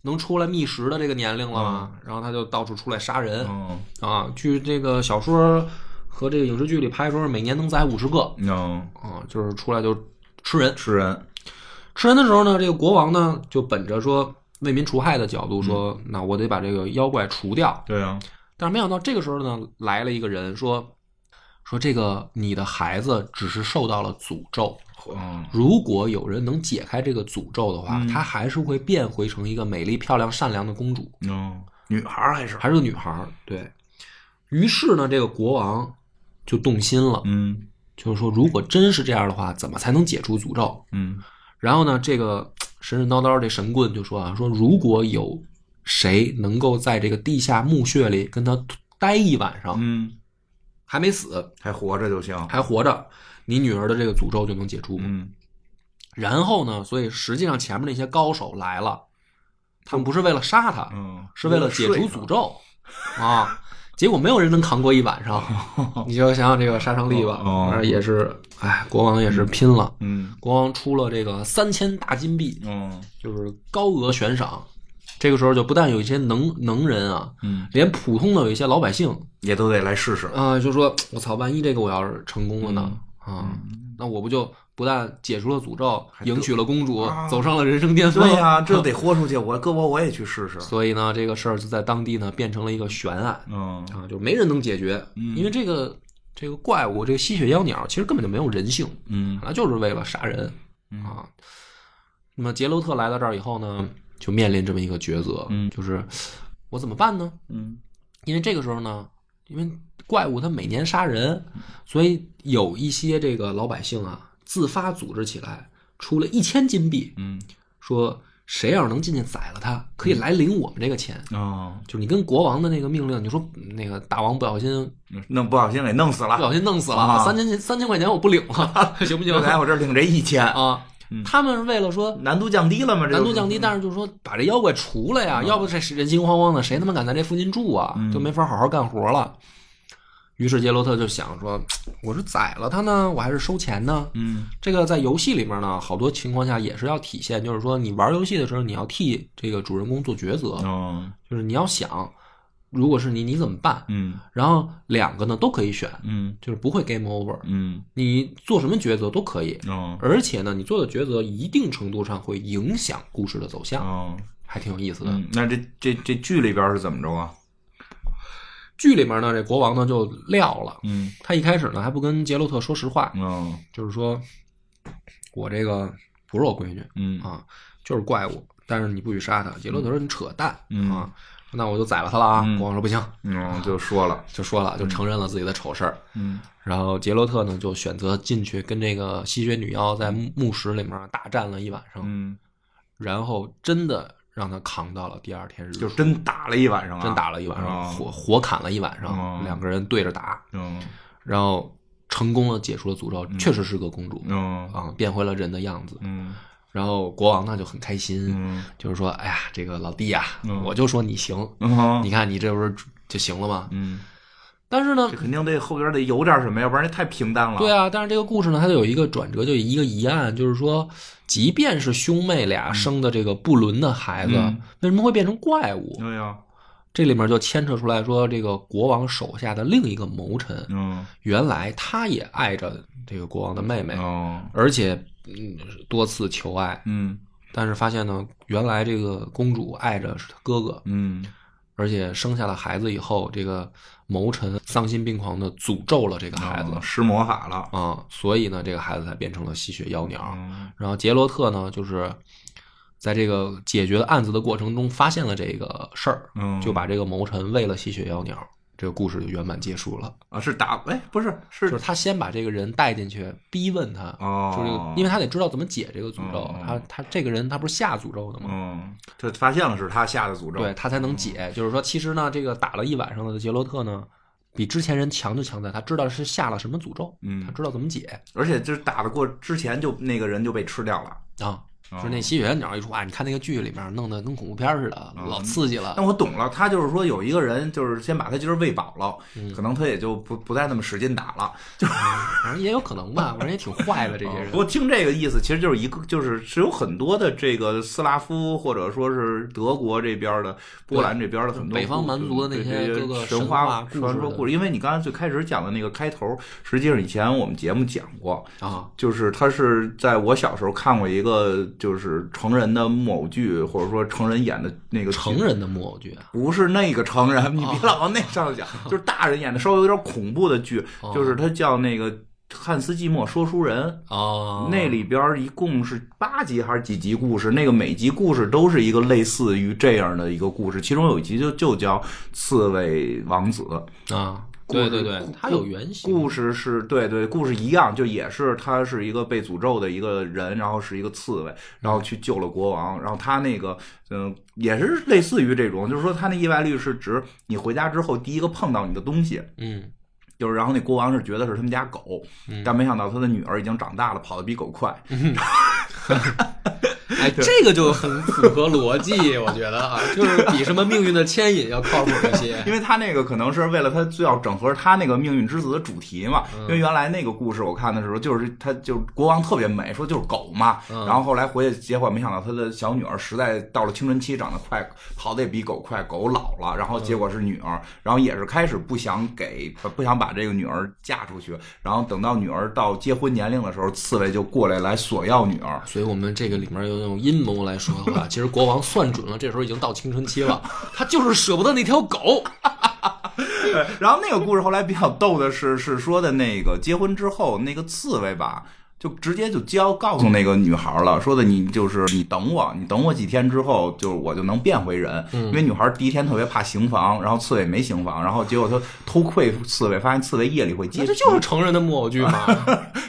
[SPEAKER 2] 能出来觅食的这个年龄了嘛，然后他就到处出来杀人、
[SPEAKER 1] 哦
[SPEAKER 2] 啊。据这个小说和这个影视剧里拍说，每年能宰五十个
[SPEAKER 1] ，no，
[SPEAKER 2] 啊，就是出来就吃人。
[SPEAKER 1] 吃人，
[SPEAKER 2] 吃人的时候呢，这个国王呢就本着说为民除害的角度说，那我得把这个妖怪除掉。
[SPEAKER 1] 对啊，
[SPEAKER 2] 但是没想到这个时候呢，来了一个人说说这个你的孩子只是受到了诅咒，
[SPEAKER 1] 嗯
[SPEAKER 2] 如果有人能解开这个诅咒的话，她还是会变回成一个美丽、漂亮、善良的公主，
[SPEAKER 1] ，no，女孩儿还是，
[SPEAKER 2] 还是个女孩儿。对于是呢，这个国王就动心了，
[SPEAKER 1] 嗯
[SPEAKER 2] 就是说，如果真是这样的话，怎么才能解除诅咒？
[SPEAKER 1] 嗯
[SPEAKER 2] 然后呢，这个神神叨叨这神棍就说啊，说如果有谁能够在这个地下墓穴里跟他待一晚上，
[SPEAKER 1] 嗯，
[SPEAKER 2] 还没死，
[SPEAKER 1] 还活着就行，
[SPEAKER 2] 还活着，你女儿的这个诅咒就能解除。
[SPEAKER 1] 嗯
[SPEAKER 2] 然后呢，所以实际上前面那些高手来了，他们不是为了杀他，
[SPEAKER 1] 嗯，
[SPEAKER 2] 是为了解除诅咒啊。结果没有人能扛过一
[SPEAKER 1] [LAUGHS]
[SPEAKER 2] 晚上，你就想想这个杀伤力吧，
[SPEAKER 1] 哦
[SPEAKER 2] 反正也是，哎，国王也是拼了。
[SPEAKER 1] 嗯
[SPEAKER 2] 国王出了这个三千大金币，
[SPEAKER 1] 嗯
[SPEAKER 2] 就是高额悬赏。这个时候就不但有一些能能人啊，
[SPEAKER 1] 嗯，
[SPEAKER 2] 连普通的有一些老百姓
[SPEAKER 1] 也都得来试试，
[SPEAKER 2] 啊、就说我操，万一这个我要是成功了呢？啊，那我不就不但解除了诅咒，迎娶了公主，
[SPEAKER 1] 啊
[SPEAKER 2] 走上了人生巅峰？
[SPEAKER 1] 对
[SPEAKER 2] [LAUGHS]
[SPEAKER 1] 呀，这得豁出去，我搁我我也去试试，
[SPEAKER 2] 所以呢，这个事儿就在当地呢变成了一个悬案
[SPEAKER 1] 嗯
[SPEAKER 2] 啊，就没人能解决，因为这个这个怪物，这个吸血妖鸟其实根本就没有人性，
[SPEAKER 1] 嗯
[SPEAKER 2] 它就是为了杀人啊。那么杰洛特来到这儿以后呢，就面临这么一个抉择，
[SPEAKER 1] 嗯
[SPEAKER 2] 就是我怎么办呢？
[SPEAKER 1] 嗯
[SPEAKER 2] 因为这个时候呢，因为怪物它每年杀人，所以有一些这个老百姓啊自发组织起来，出了一千金币，
[SPEAKER 1] 嗯，
[SPEAKER 2] 说谁要是能进去宰了他，可以来领我们这个钱。
[SPEAKER 1] 哦，
[SPEAKER 2] 就是你跟国王的那个命令，你说那个大王不小心
[SPEAKER 1] 弄不小心给弄死
[SPEAKER 2] 嗯不
[SPEAKER 1] 了，
[SPEAKER 2] 小心弄死了，
[SPEAKER 1] 啊
[SPEAKER 2] 三千三千块钱我不领了， [LAUGHS] 行不行
[SPEAKER 1] 就来我这儿领这一千，
[SPEAKER 2] 啊？
[SPEAKER 1] 嗯
[SPEAKER 2] 他们是为了说
[SPEAKER 1] 难度降低了吗？这
[SPEAKER 2] 难度
[SPEAKER 1] 低，
[SPEAKER 2] 降低，但是嗯就是说把这妖怪除了呀，要不这人心惶惶的，谁他妈敢在这附近住啊？就没法好好干活了。于是杰洛特就想说，我是宰了他呢，我还是收钱呢？
[SPEAKER 1] 嗯
[SPEAKER 2] 这个在游戏里面呢，好多情况下也是要体现，就是说你玩游戏的时候，你要替这个主人公做抉择，
[SPEAKER 1] 哦，
[SPEAKER 2] 就是你要想，如果是你，你怎么办？
[SPEAKER 1] 嗯
[SPEAKER 2] 然后两个呢都可以选，
[SPEAKER 1] 嗯
[SPEAKER 2] 就是不会 game over，
[SPEAKER 1] 嗯
[SPEAKER 2] 你做什么抉择都可以，
[SPEAKER 1] 哦
[SPEAKER 2] 而且呢，你做的抉择一定程度上会影响故事的走向，
[SPEAKER 1] 哦，
[SPEAKER 2] 还挺有意思的。
[SPEAKER 1] 嗯，那这这这剧里边是怎么着啊？
[SPEAKER 2] 剧里面呢，这国王呢就撂了，
[SPEAKER 1] 嗯
[SPEAKER 2] 他一开始呢还不跟杰洛特说实话，
[SPEAKER 1] 哦
[SPEAKER 2] 就是说我这个不是我闺女
[SPEAKER 1] 嗯
[SPEAKER 2] 啊，就是怪物，但是你不许杀他。杰洛特说你扯淡、
[SPEAKER 1] 嗯
[SPEAKER 2] 啊，那我就宰了他了啊。
[SPEAKER 1] 嗯
[SPEAKER 2] 国王说不行，
[SPEAKER 1] 嗯，就说了，
[SPEAKER 2] 就说了，就承认了自己的丑事儿。
[SPEAKER 1] 嗯
[SPEAKER 2] 然后杰洛特呢，就选择进去跟这个吸血女妖在墓墓室里面大战了一晚上，
[SPEAKER 1] 嗯，
[SPEAKER 2] 然后真的让他扛到了第二天日出，
[SPEAKER 1] 就真打了一晚上啊，
[SPEAKER 2] 真打了一晚上，
[SPEAKER 1] 哦
[SPEAKER 2] 火火砍了一晚上，
[SPEAKER 1] 哦
[SPEAKER 2] 两个人对着打，
[SPEAKER 1] 嗯
[SPEAKER 2] 然后成功的解除了诅咒，确实是个公主
[SPEAKER 1] 嗯
[SPEAKER 2] 啊，变回了人的样子。
[SPEAKER 1] 嗯
[SPEAKER 2] 然后国王呢就很开心，
[SPEAKER 1] 嗯
[SPEAKER 2] 就是说，哎呀，这个老弟呀、
[SPEAKER 1] 嗯
[SPEAKER 2] 我就说你行，
[SPEAKER 1] 嗯
[SPEAKER 2] 你看你这不是就行了吗？
[SPEAKER 1] 嗯，
[SPEAKER 2] 但是呢
[SPEAKER 1] 这，肯定得后边得有点什么，要不然这太平淡了。
[SPEAKER 2] 对啊，但是这个故事呢，它就有一个转折，就有一个疑案，就是说，即便是兄妹俩生的这个不伦的孩子，
[SPEAKER 1] 嗯
[SPEAKER 2] 为什么会变成怪物？
[SPEAKER 1] 对哎呀，
[SPEAKER 2] 这里面就牵扯出来说，这个国王手下的另一个谋臣，
[SPEAKER 1] 嗯
[SPEAKER 2] 原来他也爱着这个国王的妹妹，
[SPEAKER 1] 哦
[SPEAKER 2] 而且嗯多次求爱，
[SPEAKER 1] 嗯
[SPEAKER 2] 但是发现呢，原来这个公主爱着是她哥哥，
[SPEAKER 1] 嗯
[SPEAKER 2] 而且生下了孩子以后，这个谋臣丧心病狂的诅咒了这个孩子
[SPEAKER 1] 哦
[SPEAKER 2] 啊、
[SPEAKER 1] 施魔法了，
[SPEAKER 2] 所以呢，这个孩子才变成了吸血妖鸟。
[SPEAKER 1] 嗯
[SPEAKER 2] 然后杰洛特呢，就是在这个解决案子的过程中发现了这个事儿，
[SPEAKER 1] 嗯，
[SPEAKER 2] 就把这个谋臣喂了吸血妖鸟，这个故事就圆满结束了。
[SPEAKER 1] 啊，是打哎，不是
[SPEAKER 2] 就是
[SPEAKER 1] 是
[SPEAKER 2] 他先把这个人带进去，逼问他，
[SPEAKER 1] 哦
[SPEAKER 2] 说这个，因为他得知道怎么解这个诅咒。
[SPEAKER 1] 嗯
[SPEAKER 2] 他他这个人他不是下诅咒的吗？
[SPEAKER 1] 嗯，他发现了是他下的诅咒，
[SPEAKER 2] 对他才能解。就是说，其实呢，这个打了一晚上的杰洛特呢，比之前人强就强在他知道是下了什么诅咒，
[SPEAKER 1] 嗯
[SPEAKER 2] 他知道怎么解
[SPEAKER 1] 而且就是打得过之前就那个人就被吃掉了。
[SPEAKER 2] 啊。
[SPEAKER 1] 哦
[SPEAKER 2] 就是那吸血鸟一说啊，你看那个剧里面弄得跟恐怖片似的，
[SPEAKER 1] 嗯
[SPEAKER 2] 老刺激了
[SPEAKER 1] 但。我懂了，他就是说有一个人就是先把他今儿喂饱了，
[SPEAKER 2] 嗯
[SPEAKER 1] 可能他也就不不再那么使劲打了。
[SPEAKER 2] 反正也有可能吧，反正也挺坏的这些
[SPEAKER 1] [LAUGHS]
[SPEAKER 2] 人
[SPEAKER 1] 哦不。过听这个意思，其实就是一个就是是有很多的这个斯拉夫或者说是德国这边的波兰这边的很多
[SPEAKER 2] 北方蛮族的那些
[SPEAKER 1] 这
[SPEAKER 2] 各个
[SPEAKER 1] 神
[SPEAKER 2] 神
[SPEAKER 1] 话
[SPEAKER 2] 话
[SPEAKER 1] 传说
[SPEAKER 2] 故事的
[SPEAKER 1] 故事，因为你刚才最开始讲的那个开头，实际上以前我们节目讲过，
[SPEAKER 2] 啊，
[SPEAKER 1] 就是他是在我小时候看过一个就是成人的木偶剧，或者说成人演的那个
[SPEAKER 2] 成人的哦木偶剧啊，
[SPEAKER 1] 不是那个成人，你别老往那上
[SPEAKER 2] [LAUGHS]
[SPEAKER 1] 头讲，就是大人演的稍微有点恐怖的剧，
[SPEAKER 2] 哦
[SPEAKER 1] 就是他叫那个汉斯季默说书人，
[SPEAKER 2] 哦，
[SPEAKER 1] 那里边儿一共是八集还是几集故事？那个每集故事都是一个类似于这样的一个故事，其中有一集就就叫《刺猬王子》。
[SPEAKER 2] 啊，
[SPEAKER 1] 故
[SPEAKER 2] 对
[SPEAKER 1] 事
[SPEAKER 2] 对对
[SPEAKER 1] 故，
[SPEAKER 2] 它有原型。
[SPEAKER 1] 故事是对对，故事一样，就也是他是一个被诅咒的一个人，然后是一个刺猬，然后去救了国王，然后他那个嗯、也是类似于这种，就是说他那意外率是指你回家之后第一个碰到你的东西，
[SPEAKER 2] 嗯
[SPEAKER 1] 就是然后那国王是觉得是他们家狗，但没想到他的女儿已经长大了，跑得比狗快，
[SPEAKER 2] 哎，这个就很符合逻辑， [LAUGHS] 我觉得啊，就是比什么命运的牵引要靠谱一些。
[SPEAKER 1] 因为他那个可能是为了他最要整合他那个命运之子的主题嘛，因为原来那个故事我看的时候，就是他就是国王特别美，说就是狗嘛，
[SPEAKER 2] 嗯
[SPEAKER 1] 然后后来回去结果没想到他的小女儿实在到了青春期，长得快，跑得也比狗快，狗老了，然后结果是女儿，然后也是开始不想给不想把这个女儿嫁出去，然后等到女儿到结婚年龄的时候，刺猬就过来来索要女儿，
[SPEAKER 2] [LAUGHS] 所以，我们这个里面有那种阴谋来说 [LAUGHS] 的话，其实国王算准了，这时候已经到青春期 [LAUGHS] 了，他就是舍不得那条狗。
[SPEAKER 1] 然后那个故事后来比较逗的是，是说的那个结婚之后那个刺猬吧。就直接就教告诉那个女孩了，说的你就是你等我，你等我几天之后，就是我就能变回人。
[SPEAKER 2] 嗯
[SPEAKER 1] 因为女孩第一天特别怕刑房，然后刺猬没刑房，然后结果她偷窥刺猬，发现刺猬夜里会
[SPEAKER 2] 那
[SPEAKER 1] 接
[SPEAKER 2] 这就是成人的木偶剧 [LAUGHS] 嘛？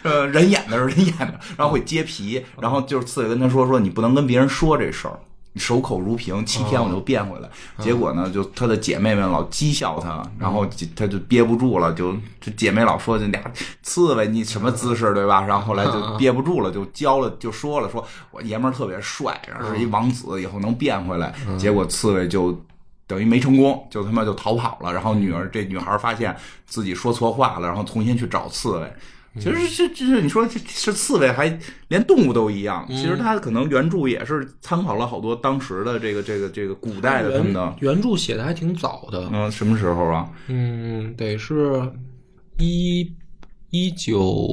[SPEAKER 1] 呃人演的是人演的，然后会揭皮，然后就是刺猬跟她说说你不能跟别人说这事儿，你守口如瓶，七天我就变回来。结果呢，就她的姐妹们老讥笑她，然后就她就憋不住了，就这姐妹老说这俩刺猬你什么姿势对吧？然后后来就憋不住了，就教了就说了说我爷们儿特别帅，然后是一王子，以后能变回来。结果刺猬就等于没成功，就他妈就逃跑了。然后女儿这女孩发现自己说错话了，然后重新去找刺猬。其实这这这你说这是刺猬还连动物都一样，
[SPEAKER 2] 嗯
[SPEAKER 1] 其实它可能原著也是参考了好多当时的这个这个这个古代的他们的
[SPEAKER 2] 原原著写的还挺早的，
[SPEAKER 1] 嗯什么时候啊？
[SPEAKER 2] 嗯，得是一一九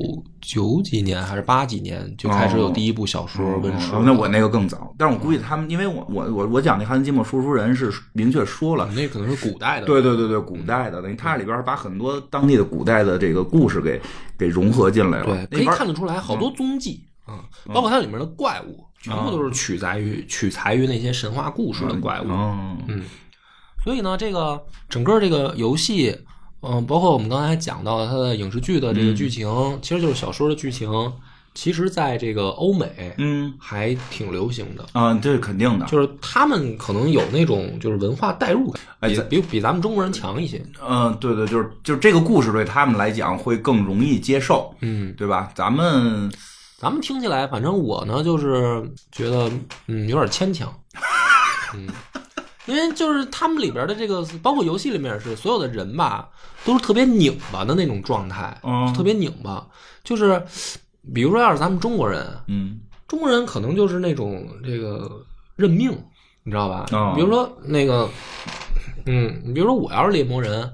[SPEAKER 2] 九几年还是八几年就开始有第一部小说问世
[SPEAKER 1] 哦
[SPEAKER 2] 了。
[SPEAKER 1] 那我那个更早，但是我估计他们因为我我我我讲那汉斯季默说书人是明确说了
[SPEAKER 2] 啊。那可能是古代的，
[SPEAKER 1] 对对对对，古代的，等于它里边把很多当地的古代的这个故事给给融合进来了。
[SPEAKER 2] 对，
[SPEAKER 1] 那
[SPEAKER 2] 可以
[SPEAKER 1] 边
[SPEAKER 2] 看得出来好多踪迹啊，包括它里面的怪物，全部都是取材于取材于那些神话故事的怪物。嗯
[SPEAKER 1] 哦，
[SPEAKER 2] 所以呢，这个整个这个游戏，嗯、包括我们刚才讲到的它的影视剧的这个剧情，其实就是小说的剧情，其实在这个欧美
[SPEAKER 1] 嗯
[SPEAKER 2] 还挺流行的。
[SPEAKER 1] 啊，这是肯定的。
[SPEAKER 2] 就是他们可能有那种就是文化代入感，
[SPEAKER 1] 哎
[SPEAKER 2] 比
[SPEAKER 1] 咱
[SPEAKER 2] 比比咱们中国人强一些。
[SPEAKER 1] 嗯，对对，就是就是这个故事对他们来讲会更容易接受，
[SPEAKER 2] 嗯，
[SPEAKER 1] 对吧？咱们
[SPEAKER 2] 咱们听起来，反正我呢就是觉得，嗯，有点牵强。嗯，因为就是他们里边的这个，包括游戏里面也是，所有的人吧都是特别拧巴的那种状态，
[SPEAKER 1] 嗯
[SPEAKER 2] 特别拧巴。就是比如说，要是咱们中国人，
[SPEAKER 1] 嗯
[SPEAKER 2] 中国人可能就是那种这个认命，你知道吧？
[SPEAKER 1] 哦
[SPEAKER 2] 比如说那个，嗯，你比如说我要是猎魔人，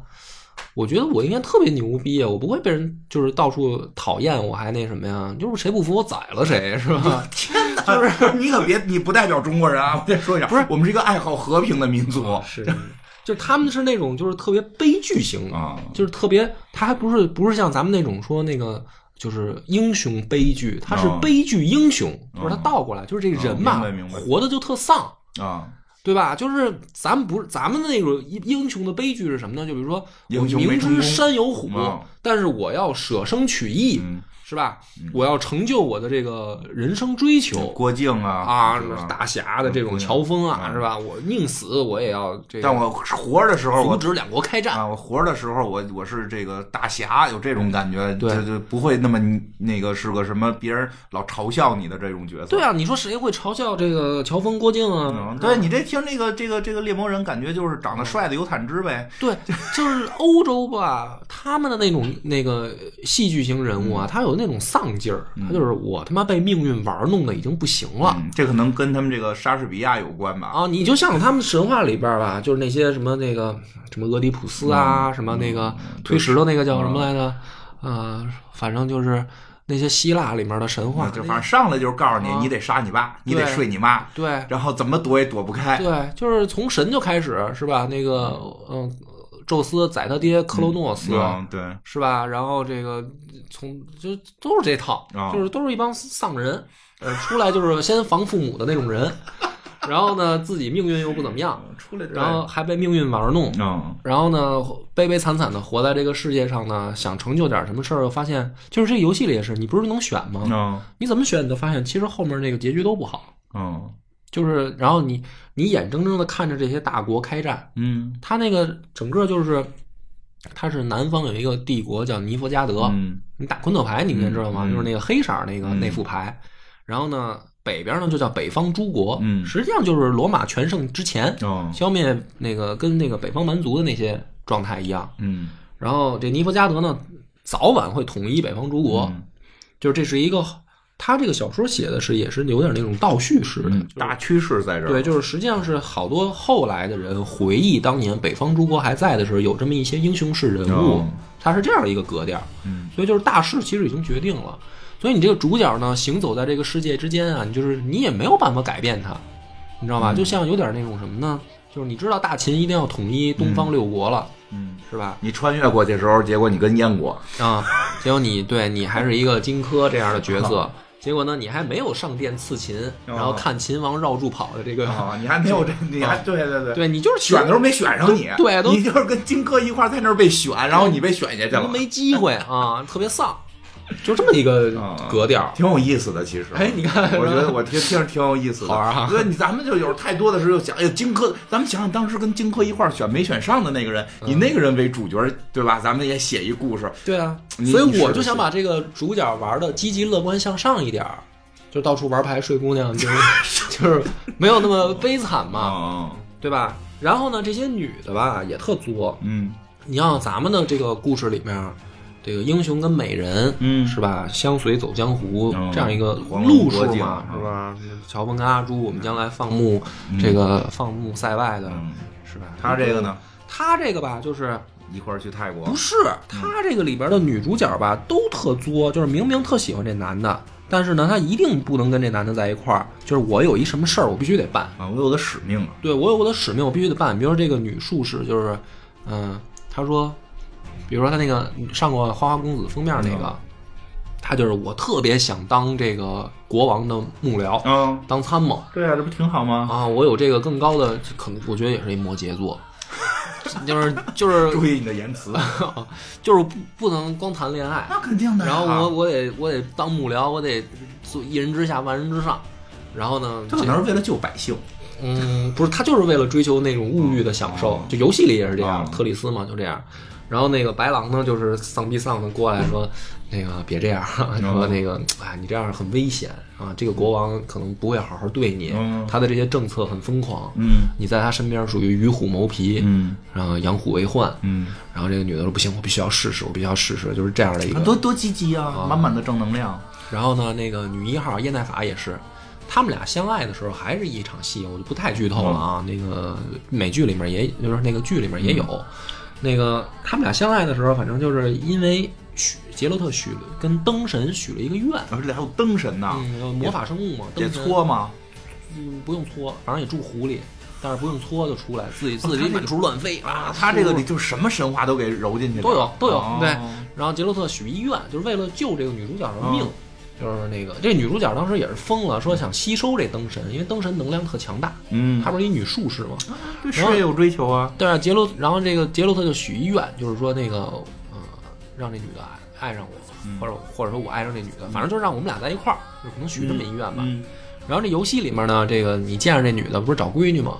[SPEAKER 2] 我觉得我应该特别牛逼啊，我不会被人就是到处讨厌，我还那什么呀？就是谁不服我宰了谁，是
[SPEAKER 1] 嗯
[SPEAKER 2] [LAUGHS] 吧？
[SPEAKER 1] [LAUGHS] 就是 [LAUGHS] 你可别，你不代表中国人啊！我再说一下，不是，我们是一个爱好和平的民族
[SPEAKER 2] 是， [LAUGHS] 就是他们是那种就是特别悲剧型，
[SPEAKER 1] 啊。
[SPEAKER 2] 就是特别，他还不是不是像咱们那种说那个。就是英雄悲剧，他是
[SPEAKER 1] 哦
[SPEAKER 2] 悲剧英雄，就是他倒过来，就是这人嘛
[SPEAKER 1] 啊明白明，白
[SPEAKER 2] 活的就特丧，
[SPEAKER 1] 啊，
[SPEAKER 2] 对吧？就是咱们不是咱们那种英雄的悲剧是什么呢？就比如说，我
[SPEAKER 1] 英雄没
[SPEAKER 2] 明
[SPEAKER 1] 成功
[SPEAKER 2] 知山有虎
[SPEAKER 1] 嗯，
[SPEAKER 2] 但是我要舍生取义，
[SPEAKER 1] 嗯
[SPEAKER 2] 是吧？我要成就我的这个人生追求
[SPEAKER 1] 郭靖啊
[SPEAKER 2] 啊
[SPEAKER 1] 是吧，嗯
[SPEAKER 2] 大侠的这种乔峰啊，是吧？我宁死我也要这
[SPEAKER 1] 但
[SPEAKER 2] 个
[SPEAKER 1] 我活着的时候
[SPEAKER 2] 阻
[SPEAKER 1] 我
[SPEAKER 2] 止两国开战。
[SPEAKER 1] 啊，我活着的时候，我我是这个大侠，有这种感觉，
[SPEAKER 2] 对
[SPEAKER 1] 就就不会那么那个是个什么别人老嘲笑你的这种角色。
[SPEAKER 2] 对啊，你说谁会嘲笑这个乔峰、郭靖啊？
[SPEAKER 1] 嗯，对你这听这个这个这个猎魔人，感觉就是长得帅的有坦之呗。
[SPEAKER 2] 对，就是欧洲吧，他们的那种那个戏剧型人物
[SPEAKER 1] 嗯
[SPEAKER 2] 啊，他有那种丧劲儿，他就是我他妈被命运玩弄的已经不行了。
[SPEAKER 1] 嗯，这可能跟他们这个莎士比亚有关吧。
[SPEAKER 2] 啊，你就像他们神话里边儿吧，就是那些什么那个什么俄狄浦斯
[SPEAKER 1] 嗯
[SPEAKER 2] 啊，什么那个推石头那个叫什么来着？呃，反正就是那些希腊里面的神话，
[SPEAKER 1] 嗯就反正上来就是告诉你，你得杀你爸，你得
[SPEAKER 2] 啊对
[SPEAKER 1] 睡你妈，
[SPEAKER 2] 对
[SPEAKER 1] 然后怎么躲也躲不开。
[SPEAKER 2] 对，就是从神就开始是吧？那个嗯，宙斯宰他爹克洛诺斯。
[SPEAKER 1] 嗯，对，
[SPEAKER 2] 是吧？然后这个从就都是这套，
[SPEAKER 1] 啊
[SPEAKER 2] 就是都是一帮丧人，呃，出来就是先防父母的那种人，然后呢自己命运又不怎么样，
[SPEAKER 1] 出来之
[SPEAKER 2] 然后还被命运玩弄，
[SPEAKER 1] 嗯，
[SPEAKER 2] 然后呢，悲悲惨惨的活在这个世界上呢，想成就点什么事儿，又发现就是这游戏里也是，你不是能选吗？
[SPEAKER 1] 嗯
[SPEAKER 2] 你怎么选，你都发现其实后面那个结局都不好。
[SPEAKER 1] 嗯
[SPEAKER 2] 就是，然后你你眼睁睁的看着这些大国开战，
[SPEAKER 1] 嗯
[SPEAKER 2] 他那个整个就是，他是南方有一个帝国叫尼弗加德，
[SPEAKER 1] 嗯
[SPEAKER 2] 你打昆特牌你应该知道吗？
[SPEAKER 1] 嗯嗯嗯
[SPEAKER 2] 就是那个黑色儿那个、那副牌，然后呢北边呢就叫北方诸国，
[SPEAKER 1] 嗯
[SPEAKER 2] 实际上就是罗马全盛之前，
[SPEAKER 1] 嗯
[SPEAKER 2] 消灭那个跟那个北方蛮族的那些状态一样。
[SPEAKER 1] 嗯，
[SPEAKER 2] 然后这尼弗加德呢，早晚会统一北方诸国，
[SPEAKER 1] 嗯
[SPEAKER 2] 就是这是一个他这个小说写的是也是有点那种倒叙式的，
[SPEAKER 1] 嗯大趋势在这儿。
[SPEAKER 2] 对，就是实际上是好多后来的人回忆当年北方诸国还在的时候，有这么一些英雄式人物
[SPEAKER 1] 哦，
[SPEAKER 2] 他是这样一个格调，
[SPEAKER 1] 嗯
[SPEAKER 2] 所以就是大势其实已经决定了。所以你这个主角呢，行走在这个世界之间啊，你就是你也没有办法改变他，你知道吧？就像有点那种什么呢？就是你知道大秦一定要统一东方六国了，
[SPEAKER 1] 嗯，
[SPEAKER 2] 是吧？
[SPEAKER 1] 你穿越过去的时候，结果你跟燕国，
[SPEAKER 2] 啊，结果你对你还是一个荆轲这样的角色，结果呢，你还没有上殿刺秦，然后看秦王绕柱跑的这个，
[SPEAKER 1] 啊，你还没有这，你
[SPEAKER 2] 哦
[SPEAKER 1] 还对对对。
[SPEAKER 2] 对你就是
[SPEAKER 1] 选的时候没选上你，
[SPEAKER 2] 对都
[SPEAKER 1] 你就是跟荆轲一块儿在那儿被选，然后你被选下去
[SPEAKER 2] 都
[SPEAKER 1] 了，
[SPEAKER 2] 没机会啊，特别丧，就这么一个
[SPEAKER 1] 啊
[SPEAKER 2] 格调。
[SPEAKER 1] 挺有意思的。其实，
[SPEAKER 2] 哎，你看，
[SPEAKER 1] 我觉得我听听着挺有意思的，
[SPEAKER 2] 好玩啊
[SPEAKER 1] 对，你咱们就有太多的时候想，哎呦，荆轲，咱们想想当时跟荆轲一块儿选没选上的那个人，以那个人为主角，对吧？咱们也写一故事，
[SPEAKER 2] 对啊，
[SPEAKER 1] 你
[SPEAKER 2] 所
[SPEAKER 1] 你
[SPEAKER 2] 以我
[SPEAKER 1] 是
[SPEAKER 2] 就想把这个主角玩的积极乐观向上一点儿，就到处玩牌睡姑娘，就是
[SPEAKER 1] [LAUGHS]
[SPEAKER 2] 就是没有那么悲惨嘛，
[SPEAKER 1] 啊，
[SPEAKER 2] 对吧？然后呢，这些女的吧也特作，
[SPEAKER 1] 嗯
[SPEAKER 2] 你像咱们的这个故事里面，这个英雄跟美人，
[SPEAKER 1] 嗯
[SPEAKER 2] 是吧？相随走江湖、
[SPEAKER 1] 嗯
[SPEAKER 2] 这样一个
[SPEAKER 1] 黄龙
[SPEAKER 2] 路
[SPEAKER 1] 国
[SPEAKER 2] 数
[SPEAKER 1] 境
[SPEAKER 2] 嘛，
[SPEAKER 1] 嗯
[SPEAKER 2] 是吧？乔峰跟阿朱，我们将来放牧、这个放牧塞外的，
[SPEAKER 1] 嗯，
[SPEAKER 2] 是吧？
[SPEAKER 1] 他这个呢，
[SPEAKER 2] 他这个吧，就是
[SPEAKER 1] 一块儿去泰国
[SPEAKER 2] 不，是他这个里边的女主角吧，都特作，就是明明特喜欢这男的，但是呢，她一定不能跟这男的在一块儿。就是我有一什么事儿，我必须得办，
[SPEAKER 1] 啊，我有个使命啊，
[SPEAKER 2] 对我有我的使命，我必须得办。比如说这个女术士，就是，嗯、她说，比如说她那个上过《花花公子》封面那个，她就是我特别想当这个国王的幕僚，
[SPEAKER 1] 啊，
[SPEAKER 2] 当参谋。
[SPEAKER 1] 对啊，这不挺好吗？
[SPEAKER 2] 啊，我有这个更高的，可能我觉得也是一摩羯座， [LAUGHS] 就是就是 [LAUGHS]
[SPEAKER 1] 注意你的言辞，
[SPEAKER 2] 就是不不能光谈恋爱，
[SPEAKER 1] [LAUGHS] 那肯定的呀。
[SPEAKER 2] 然后我我得我得当幕僚，我得做一人之下万人之上，然后呢，
[SPEAKER 1] 这可
[SPEAKER 2] 这
[SPEAKER 1] 能是为了救百姓，
[SPEAKER 2] 嗯，不是他就是为了追求那种物欲的享受，
[SPEAKER 1] 哦
[SPEAKER 2] 就游戏里也是这样，
[SPEAKER 1] 哦
[SPEAKER 2] 特里斯嘛就这样。然后那个白狼呢，就是丧逼丧的过来说，那个别这样，啊
[SPEAKER 1] 嗯
[SPEAKER 2] 说那个哎你这样很危险啊，这个国王可能不会好好对你，
[SPEAKER 1] 嗯
[SPEAKER 2] 他的这些政策很疯狂，
[SPEAKER 1] 嗯
[SPEAKER 2] 你在他身边属于与虎谋皮，
[SPEAKER 1] 嗯
[SPEAKER 2] 然后养虎为患，
[SPEAKER 1] 嗯，
[SPEAKER 2] 然后这个女的说不行，我必须要试试，我必须要试试，就是这样的一个。
[SPEAKER 1] 多多积极啊，满满的正能量。
[SPEAKER 2] 然后呢，那个女一号叶奈法也是，他们俩相爱的时候还是一场戏，我就不太剧透了
[SPEAKER 1] 嗯
[SPEAKER 2] 啊。那个美剧里面也，就是那个剧里面也有，那个他们俩相爱的时候，反正就是因为许杰洛特许了跟灯神许了一个愿，
[SPEAKER 1] 而且还有灯神呐，
[SPEAKER 2] 嗯，魔法生物嘛，
[SPEAKER 1] 得
[SPEAKER 2] 灯神
[SPEAKER 1] 搓吗？
[SPEAKER 2] 嗯，不用搓，反正也住湖里，但是不用搓就出来，自己
[SPEAKER 1] 哦他
[SPEAKER 2] 自己
[SPEAKER 1] 这个
[SPEAKER 2] 满处乱飞啊。
[SPEAKER 1] 他这个
[SPEAKER 2] 出
[SPEAKER 1] 里就什么神话都给揉进去了，
[SPEAKER 2] 都有都有、
[SPEAKER 1] 哦
[SPEAKER 2] 对。然后杰洛特许一愿，就是为了救这个女主角的命，就是那个这女主角当时也是疯了，说想吸收这灯神，因为灯神能量特强大，
[SPEAKER 1] 嗯，
[SPEAKER 2] 她不是一女术士吗？
[SPEAKER 1] 对
[SPEAKER 2] 然后
[SPEAKER 1] 有追求啊，
[SPEAKER 2] 对啊，杰洛，然后这个杰洛特就许一愿，就是说那个，呃，让这女的爱爱上
[SPEAKER 1] 嗯
[SPEAKER 2] 我，或者或者说我爱上这女的，反正就让我们俩在一块儿，就可能许这么一愿吧。
[SPEAKER 1] 嗯
[SPEAKER 2] 然后这游戏里面呢，这个你见着这女的不是找闺女吗？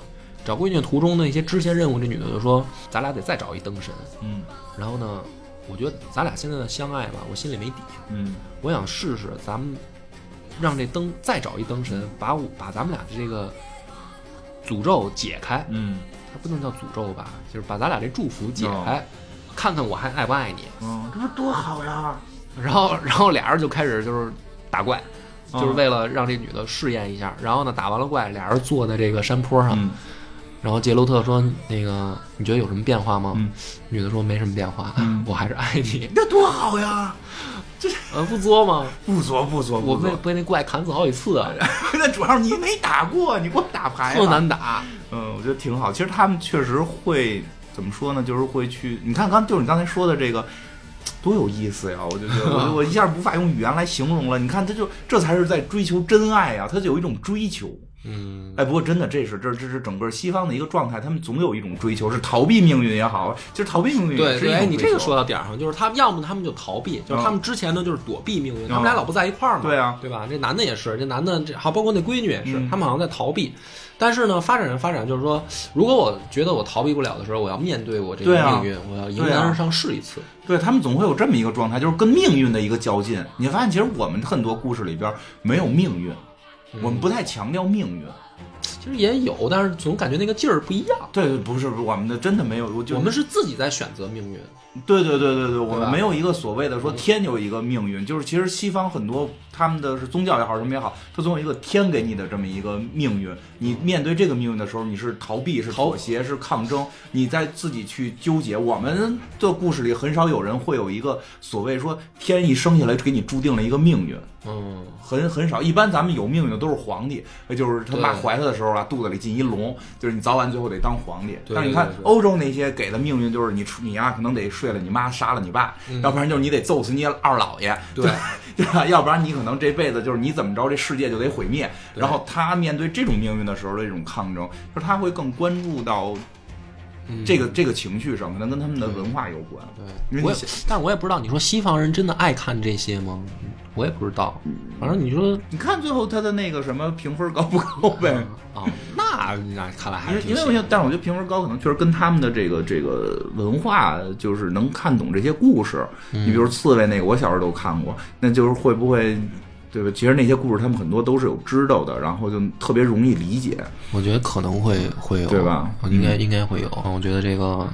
[SPEAKER 2] 找闺女途中的一些支线任务，这女的就说：“咱俩得再找一灯神。
[SPEAKER 1] 嗯”
[SPEAKER 2] 然后呢，我觉得咱俩现在的相爱吧，我心里没底，
[SPEAKER 1] 嗯
[SPEAKER 2] 我想试试咱们让这灯再找一灯神，把我把咱们俩的这个诅咒解开。
[SPEAKER 1] 嗯
[SPEAKER 2] 它不能叫诅咒吧，就是把咱俩这祝福解
[SPEAKER 1] 哦
[SPEAKER 2] 开，看看我还爱不爱你。
[SPEAKER 1] 嗯，这不多好呀，
[SPEAKER 2] 然后，然后俩人就开始就是打怪，
[SPEAKER 1] 哦
[SPEAKER 2] 就是为了让这女的试验一下。然后呢，打完了怪，俩人坐在这个山坡上。
[SPEAKER 1] 嗯
[SPEAKER 2] 然后杰洛特说：“那个，你觉得有什么变化吗？”
[SPEAKER 1] 嗯
[SPEAKER 2] 女的说：“没什么变化，
[SPEAKER 1] 嗯
[SPEAKER 2] 我还是爱你。
[SPEAKER 1] 这多好呀，”
[SPEAKER 2] 呃，不作吗？
[SPEAKER 1] 不作不作
[SPEAKER 2] 我
[SPEAKER 1] 不
[SPEAKER 2] 被
[SPEAKER 1] 作，
[SPEAKER 2] 被那怪砍死好几次，
[SPEAKER 1] [LAUGHS] 那主要是你没打过，你给我打牌
[SPEAKER 2] 特
[SPEAKER 1] 了，
[SPEAKER 2] 难打。
[SPEAKER 1] 嗯，我觉得挺好。其实他们确实会怎么说呢？就是会去，你看刚就是你刚才说的这个。多有意思呀！我就觉得，我我一下无法用语言来形容了。你看，他就这才是在追求真爱呀，他就有一种追求。
[SPEAKER 2] 嗯，
[SPEAKER 1] 哎，不过真的，这是这这是整个西方的一个状态，他们总有一种追求，是逃避命运也好，其实逃避命运也
[SPEAKER 2] 对
[SPEAKER 1] 是一
[SPEAKER 2] 对，
[SPEAKER 1] 种
[SPEAKER 2] 哎，你这个
[SPEAKER 1] 追求
[SPEAKER 2] 说到点儿上，就是他们要么他们就逃避，就是他们之前呢就是躲避命运，他们俩老不在一块儿嘛，
[SPEAKER 1] 嗯对啊
[SPEAKER 2] 对吧？这男的也是，这男的这好，包括那闺女也是，
[SPEAKER 1] 嗯
[SPEAKER 2] 他们好像在逃避。但是呢，发展着发展，就是说，如果我觉得我逃避不了的时候，我要面对我这个
[SPEAKER 1] 对啊
[SPEAKER 2] 命运，我要迎
[SPEAKER 1] 对啊
[SPEAKER 2] 难而上试一次。
[SPEAKER 1] 对他们总会有这么一个状态，就是跟命运的一个较劲。你发现，其实我们很多故事里边没有命运，我们不太强调命运。
[SPEAKER 2] 嗯其实也有，但是总感觉那个劲儿不一样。
[SPEAKER 1] 对，对不是不是我们的真的没有，我就
[SPEAKER 2] 我们是自己在选择命运，
[SPEAKER 1] 对对对对对，嗯我
[SPEAKER 2] 吧
[SPEAKER 1] 们没有一个所谓的说天有一个命运，就是其实西方很多他们的是宗教也好什么也好，它总有一个天给你的这么一个命运。你面对这个命运的时候，你是嗯逃避、是妥协、是抗争，你在自己去纠结。我们的故事里很少有人会有一个所谓说天一生下来给你注定了一个命运。
[SPEAKER 2] 嗯，
[SPEAKER 1] 很很少，一般咱们有命运的都是皇帝，那就是他妈
[SPEAKER 2] 对
[SPEAKER 1] 怀他的时候啊，肚子里进一龙，就是你早晚最后得当皇帝。
[SPEAKER 2] 对
[SPEAKER 1] 但是你
[SPEAKER 2] 对
[SPEAKER 1] 看
[SPEAKER 2] 对对
[SPEAKER 1] 欧洲那些给的命运，就是你出你啊，可能得睡了你妈，杀了你爸，要不然就是你得揍死你二姥爷，
[SPEAKER 2] 嗯对
[SPEAKER 1] [LAUGHS] 对吧？要不然你可能这辈子就是你怎么着，这世界就得毁灭。然后他面对这种命运的时候的这种抗争，就是他会更关注到
[SPEAKER 2] 嗯
[SPEAKER 1] 这个、这个情绪上，可能跟他们的文化有关。因为
[SPEAKER 2] 对，我
[SPEAKER 1] 你
[SPEAKER 2] 也，但我也不知道，你说西方人真的爱看这些吗？我也不知道，
[SPEAKER 1] 嗯
[SPEAKER 2] 反正你说
[SPEAKER 1] 你看最后他的那个什么评分高不高呗？
[SPEAKER 2] 哦，那那看来还
[SPEAKER 1] 嗯因为
[SPEAKER 2] 是挺
[SPEAKER 1] 因为我觉得，但是我觉得评分高可能确实跟他们的这个这个文化，就是能看懂这些故事。
[SPEAKER 2] 嗯
[SPEAKER 1] 你比如刺猬那个，我小时候都看过，那就是会不会，对吧？其实那些故事他们很多都是有知道的，然后就特别容易理解。
[SPEAKER 2] 我觉得可能会会有，
[SPEAKER 1] 对吧嗯
[SPEAKER 2] 应该应该会有。我觉得这个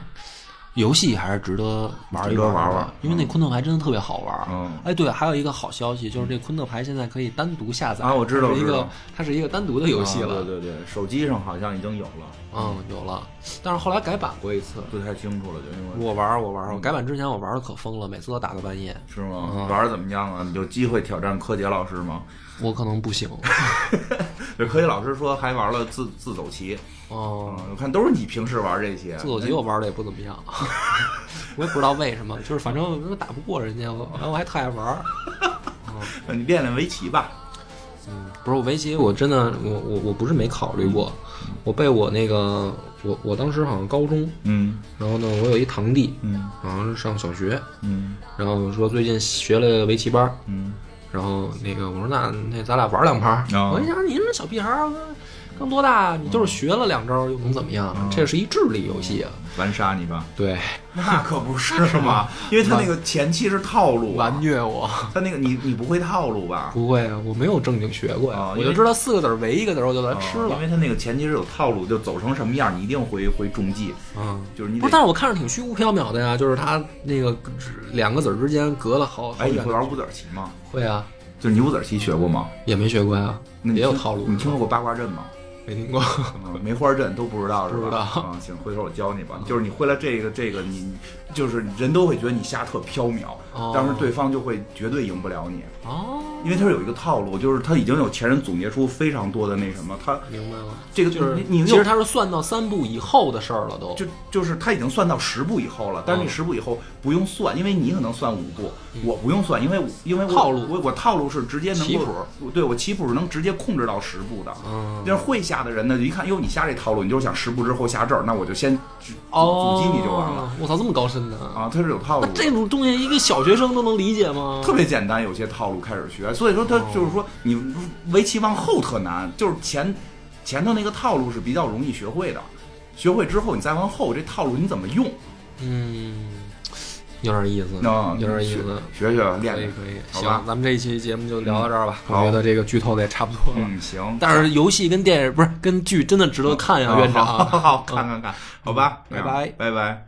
[SPEAKER 2] 游戏还是值得玩一
[SPEAKER 1] 值得
[SPEAKER 2] 玩的
[SPEAKER 1] 玩玩
[SPEAKER 2] 因为那昆特牌真的特别好玩。
[SPEAKER 1] 嗯
[SPEAKER 2] 哎，对，还有一个好消息就是这昆特牌现在可以单独下载
[SPEAKER 1] 啊我知道
[SPEAKER 2] 它是一
[SPEAKER 1] 我知
[SPEAKER 2] 个
[SPEAKER 1] 道
[SPEAKER 2] 它是一个单独的游戏了。
[SPEAKER 1] 啊对对对，手机上好像已经有了，
[SPEAKER 2] 嗯，有了，但是后来改版过一嗯次。
[SPEAKER 1] 不太清楚了，就因为
[SPEAKER 2] 我玩儿我玩儿，我改版之前我玩的可疯了，每次都打到半夜。
[SPEAKER 1] 是吗？玩儿怎么样啊？有机会挑战柯洁老师吗？
[SPEAKER 2] 我可能不行。
[SPEAKER 1] 对，柯洁老师说还玩了自自走棋，
[SPEAKER 2] 哦，
[SPEAKER 1] 嗯，我看都是你平时玩这些
[SPEAKER 2] 自走棋我玩的也不怎么样，啊
[SPEAKER 1] [LAUGHS]
[SPEAKER 2] 我也不知道为什么，就是反正我打不过人家，我然后我还特爱玩儿。
[SPEAKER 1] 那你练练围棋吧。
[SPEAKER 2] 不是我围棋，我真的我我我不是没考虑过，我被我那个我我当时好像高中，
[SPEAKER 1] 嗯
[SPEAKER 2] 然后呢，我有一堂弟，
[SPEAKER 1] 嗯
[SPEAKER 2] 好像是上小学，
[SPEAKER 1] 嗯
[SPEAKER 2] 然后说最近学了围棋班儿，
[SPEAKER 1] 嗯。
[SPEAKER 2] 然后那个我说那那咱俩玩两盘儿，
[SPEAKER 1] 哦
[SPEAKER 2] 我一想你这小屁孩儿啊刚多大，你就是学了两招又能怎么样？啊
[SPEAKER 1] 哦
[SPEAKER 2] 这是一智力游戏啊，
[SPEAKER 1] 玩杀你吧？
[SPEAKER 2] 对，
[SPEAKER 1] 那可不 [LAUGHS] 是嘛，因为他那个前期是套路啊，
[SPEAKER 2] 虐我。
[SPEAKER 1] 他那个你你不会套路吧？
[SPEAKER 2] 不会啊，我没有正经学过呀，
[SPEAKER 1] 啊
[SPEAKER 2] 我
[SPEAKER 1] 因
[SPEAKER 2] 就
[SPEAKER 1] 为
[SPEAKER 2] 知道四个子儿围一个子儿，我就来吃
[SPEAKER 1] 哦
[SPEAKER 2] 了
[SPEAKER 1] 因。为他那个前期是有套路，就走成什么样，你一定会会中计，
[SPEAKER 2] 嗯，
[SPEAKER 1] 就是你
[SPEAKER 2] 不
[SPEAKER 1] 得
[SPEAKER 2] 是，但是我看着挺虚无缥缈的呀，就是它那个只两个子儿之间隔了好好
[SPEAKER 1] 哎，你
[SPEAKER 2] 远
[SPEAKER 1] 会。玩五子棋吗？
[SPEAKER 2] 会啊，
[SPEAKER 1] 就是你五子棋学过吗？
[SPEAKER 2] 也没学过呀，
[SPEAKER 1] 那你
[SPEAKER 2] 也有
[SPEAKER 1] 听
[SPEAKER 2] 套路，
[SPEAKER 1] 你听说过八卦阵
[SPEAKER 2] [LAUGHS]
[SPEAKER 1] 吗？
[SPEAKER 2] 没听过？
[SPEAKER 1] 嗯梅花阵都不知道是吧？
[SPEAKER 2] 不知道
[SPEAKER 1] 啊，行，回头我教你吧。就是你会了这个这个，你就是人都会觉得你瞎特飘渺，
[SPEAKER 2] 哦
[SPEAKER 1] 当时对方就会绝对赢不了你，
[SPEAKER 2] 哦，
[SPEAKER 1] 因为他是有一个套路，就是他已经有前人总结出非常多的那什么，他
[SPEAKER 2] 明白了，
[SPEAKER 1] 这个
[SPEAKER 2] 就是
[SPEAKER 1] 你你
[SPEAKER 2] 其实
[SPEAKER 1] 有
[SPEAKER 2] 他是算到三步以后的事儿了都，
[SPEAKER 1] 就就是他已经算到十步以后了，但是你
[SPEAKER 2] 嗯
[SPEAKER 1] 十步以后不用算，因为你可能算五步，我不用算，因为我因为我
[SPEAKER 2] 套路
[SPEAKER 1] 我我套路是直接能
[SPEAKER 2] 棋
[SPEAKER 1] 够
[SPEAKER 2] 谱，
[SPEAKER 1] 对我棋谱是能直接控制到十步的。
[SPEAKER 2] 嗯，
[SPEAKER 1] 就是会下的人呢，一看哟，你下这套路，你就是想十步之后下这儿，那我就先阻
[SPEAKER 2] 哦，
[SPEAKER 1] 阻击你就完了。
[SPEAKER 2] 我操，这么高深呢？
[SPEAKER 1] 啊，他是有套
[SPEAKER 2] 那
[SPEAKER 1] 路的。
[SPEAKER 2] 这种东西一个小学生都能理解吗？
[SPEAKER 1] 特别简单，有些套路开始学，所以说他
[SPEAKER 2] 哦
[SPEAKER 1] 就是说你围棋往后特难，就是前前头那个套路是比较容易学会的，学会之后你再往后这套路你怎么用，
[SPEAKER 2] 嗯，有点意思，
[SPEAKER 1] 啊
[SPEAKER 2] 哦有点意思。
[SPEAKER 1] 学学练
[SPEAKER 2] 可以
[SPEAKER 1] 练，
[SPEAKER 2] 可以，
[SPEAKER 1] 好
[SPEAKER 2] 行
[SPEAKER 1] 吧，
[SPEAKER 2] 咱们这一期节目就聊到这儿吧。
[SPEAKER 1] 嗯
[SPEAKER 2] 我
[SPEAKER 1] 好
[SPEAKER 2] 觉得这个剧透的也差不多了。
[SPEAKER 1] 嗯行，
[SPEAKER 2] 但是游戏跟电影不是跟剧真的值得看呀，
[SPEAKER 1] 啊
[SPEAKER 2] 院长。嗯
[SPEAKER 1] 好好好看看看，好吧，
[SPEAKER 2] 拜拜
[SPEAKER 1] 拜拜。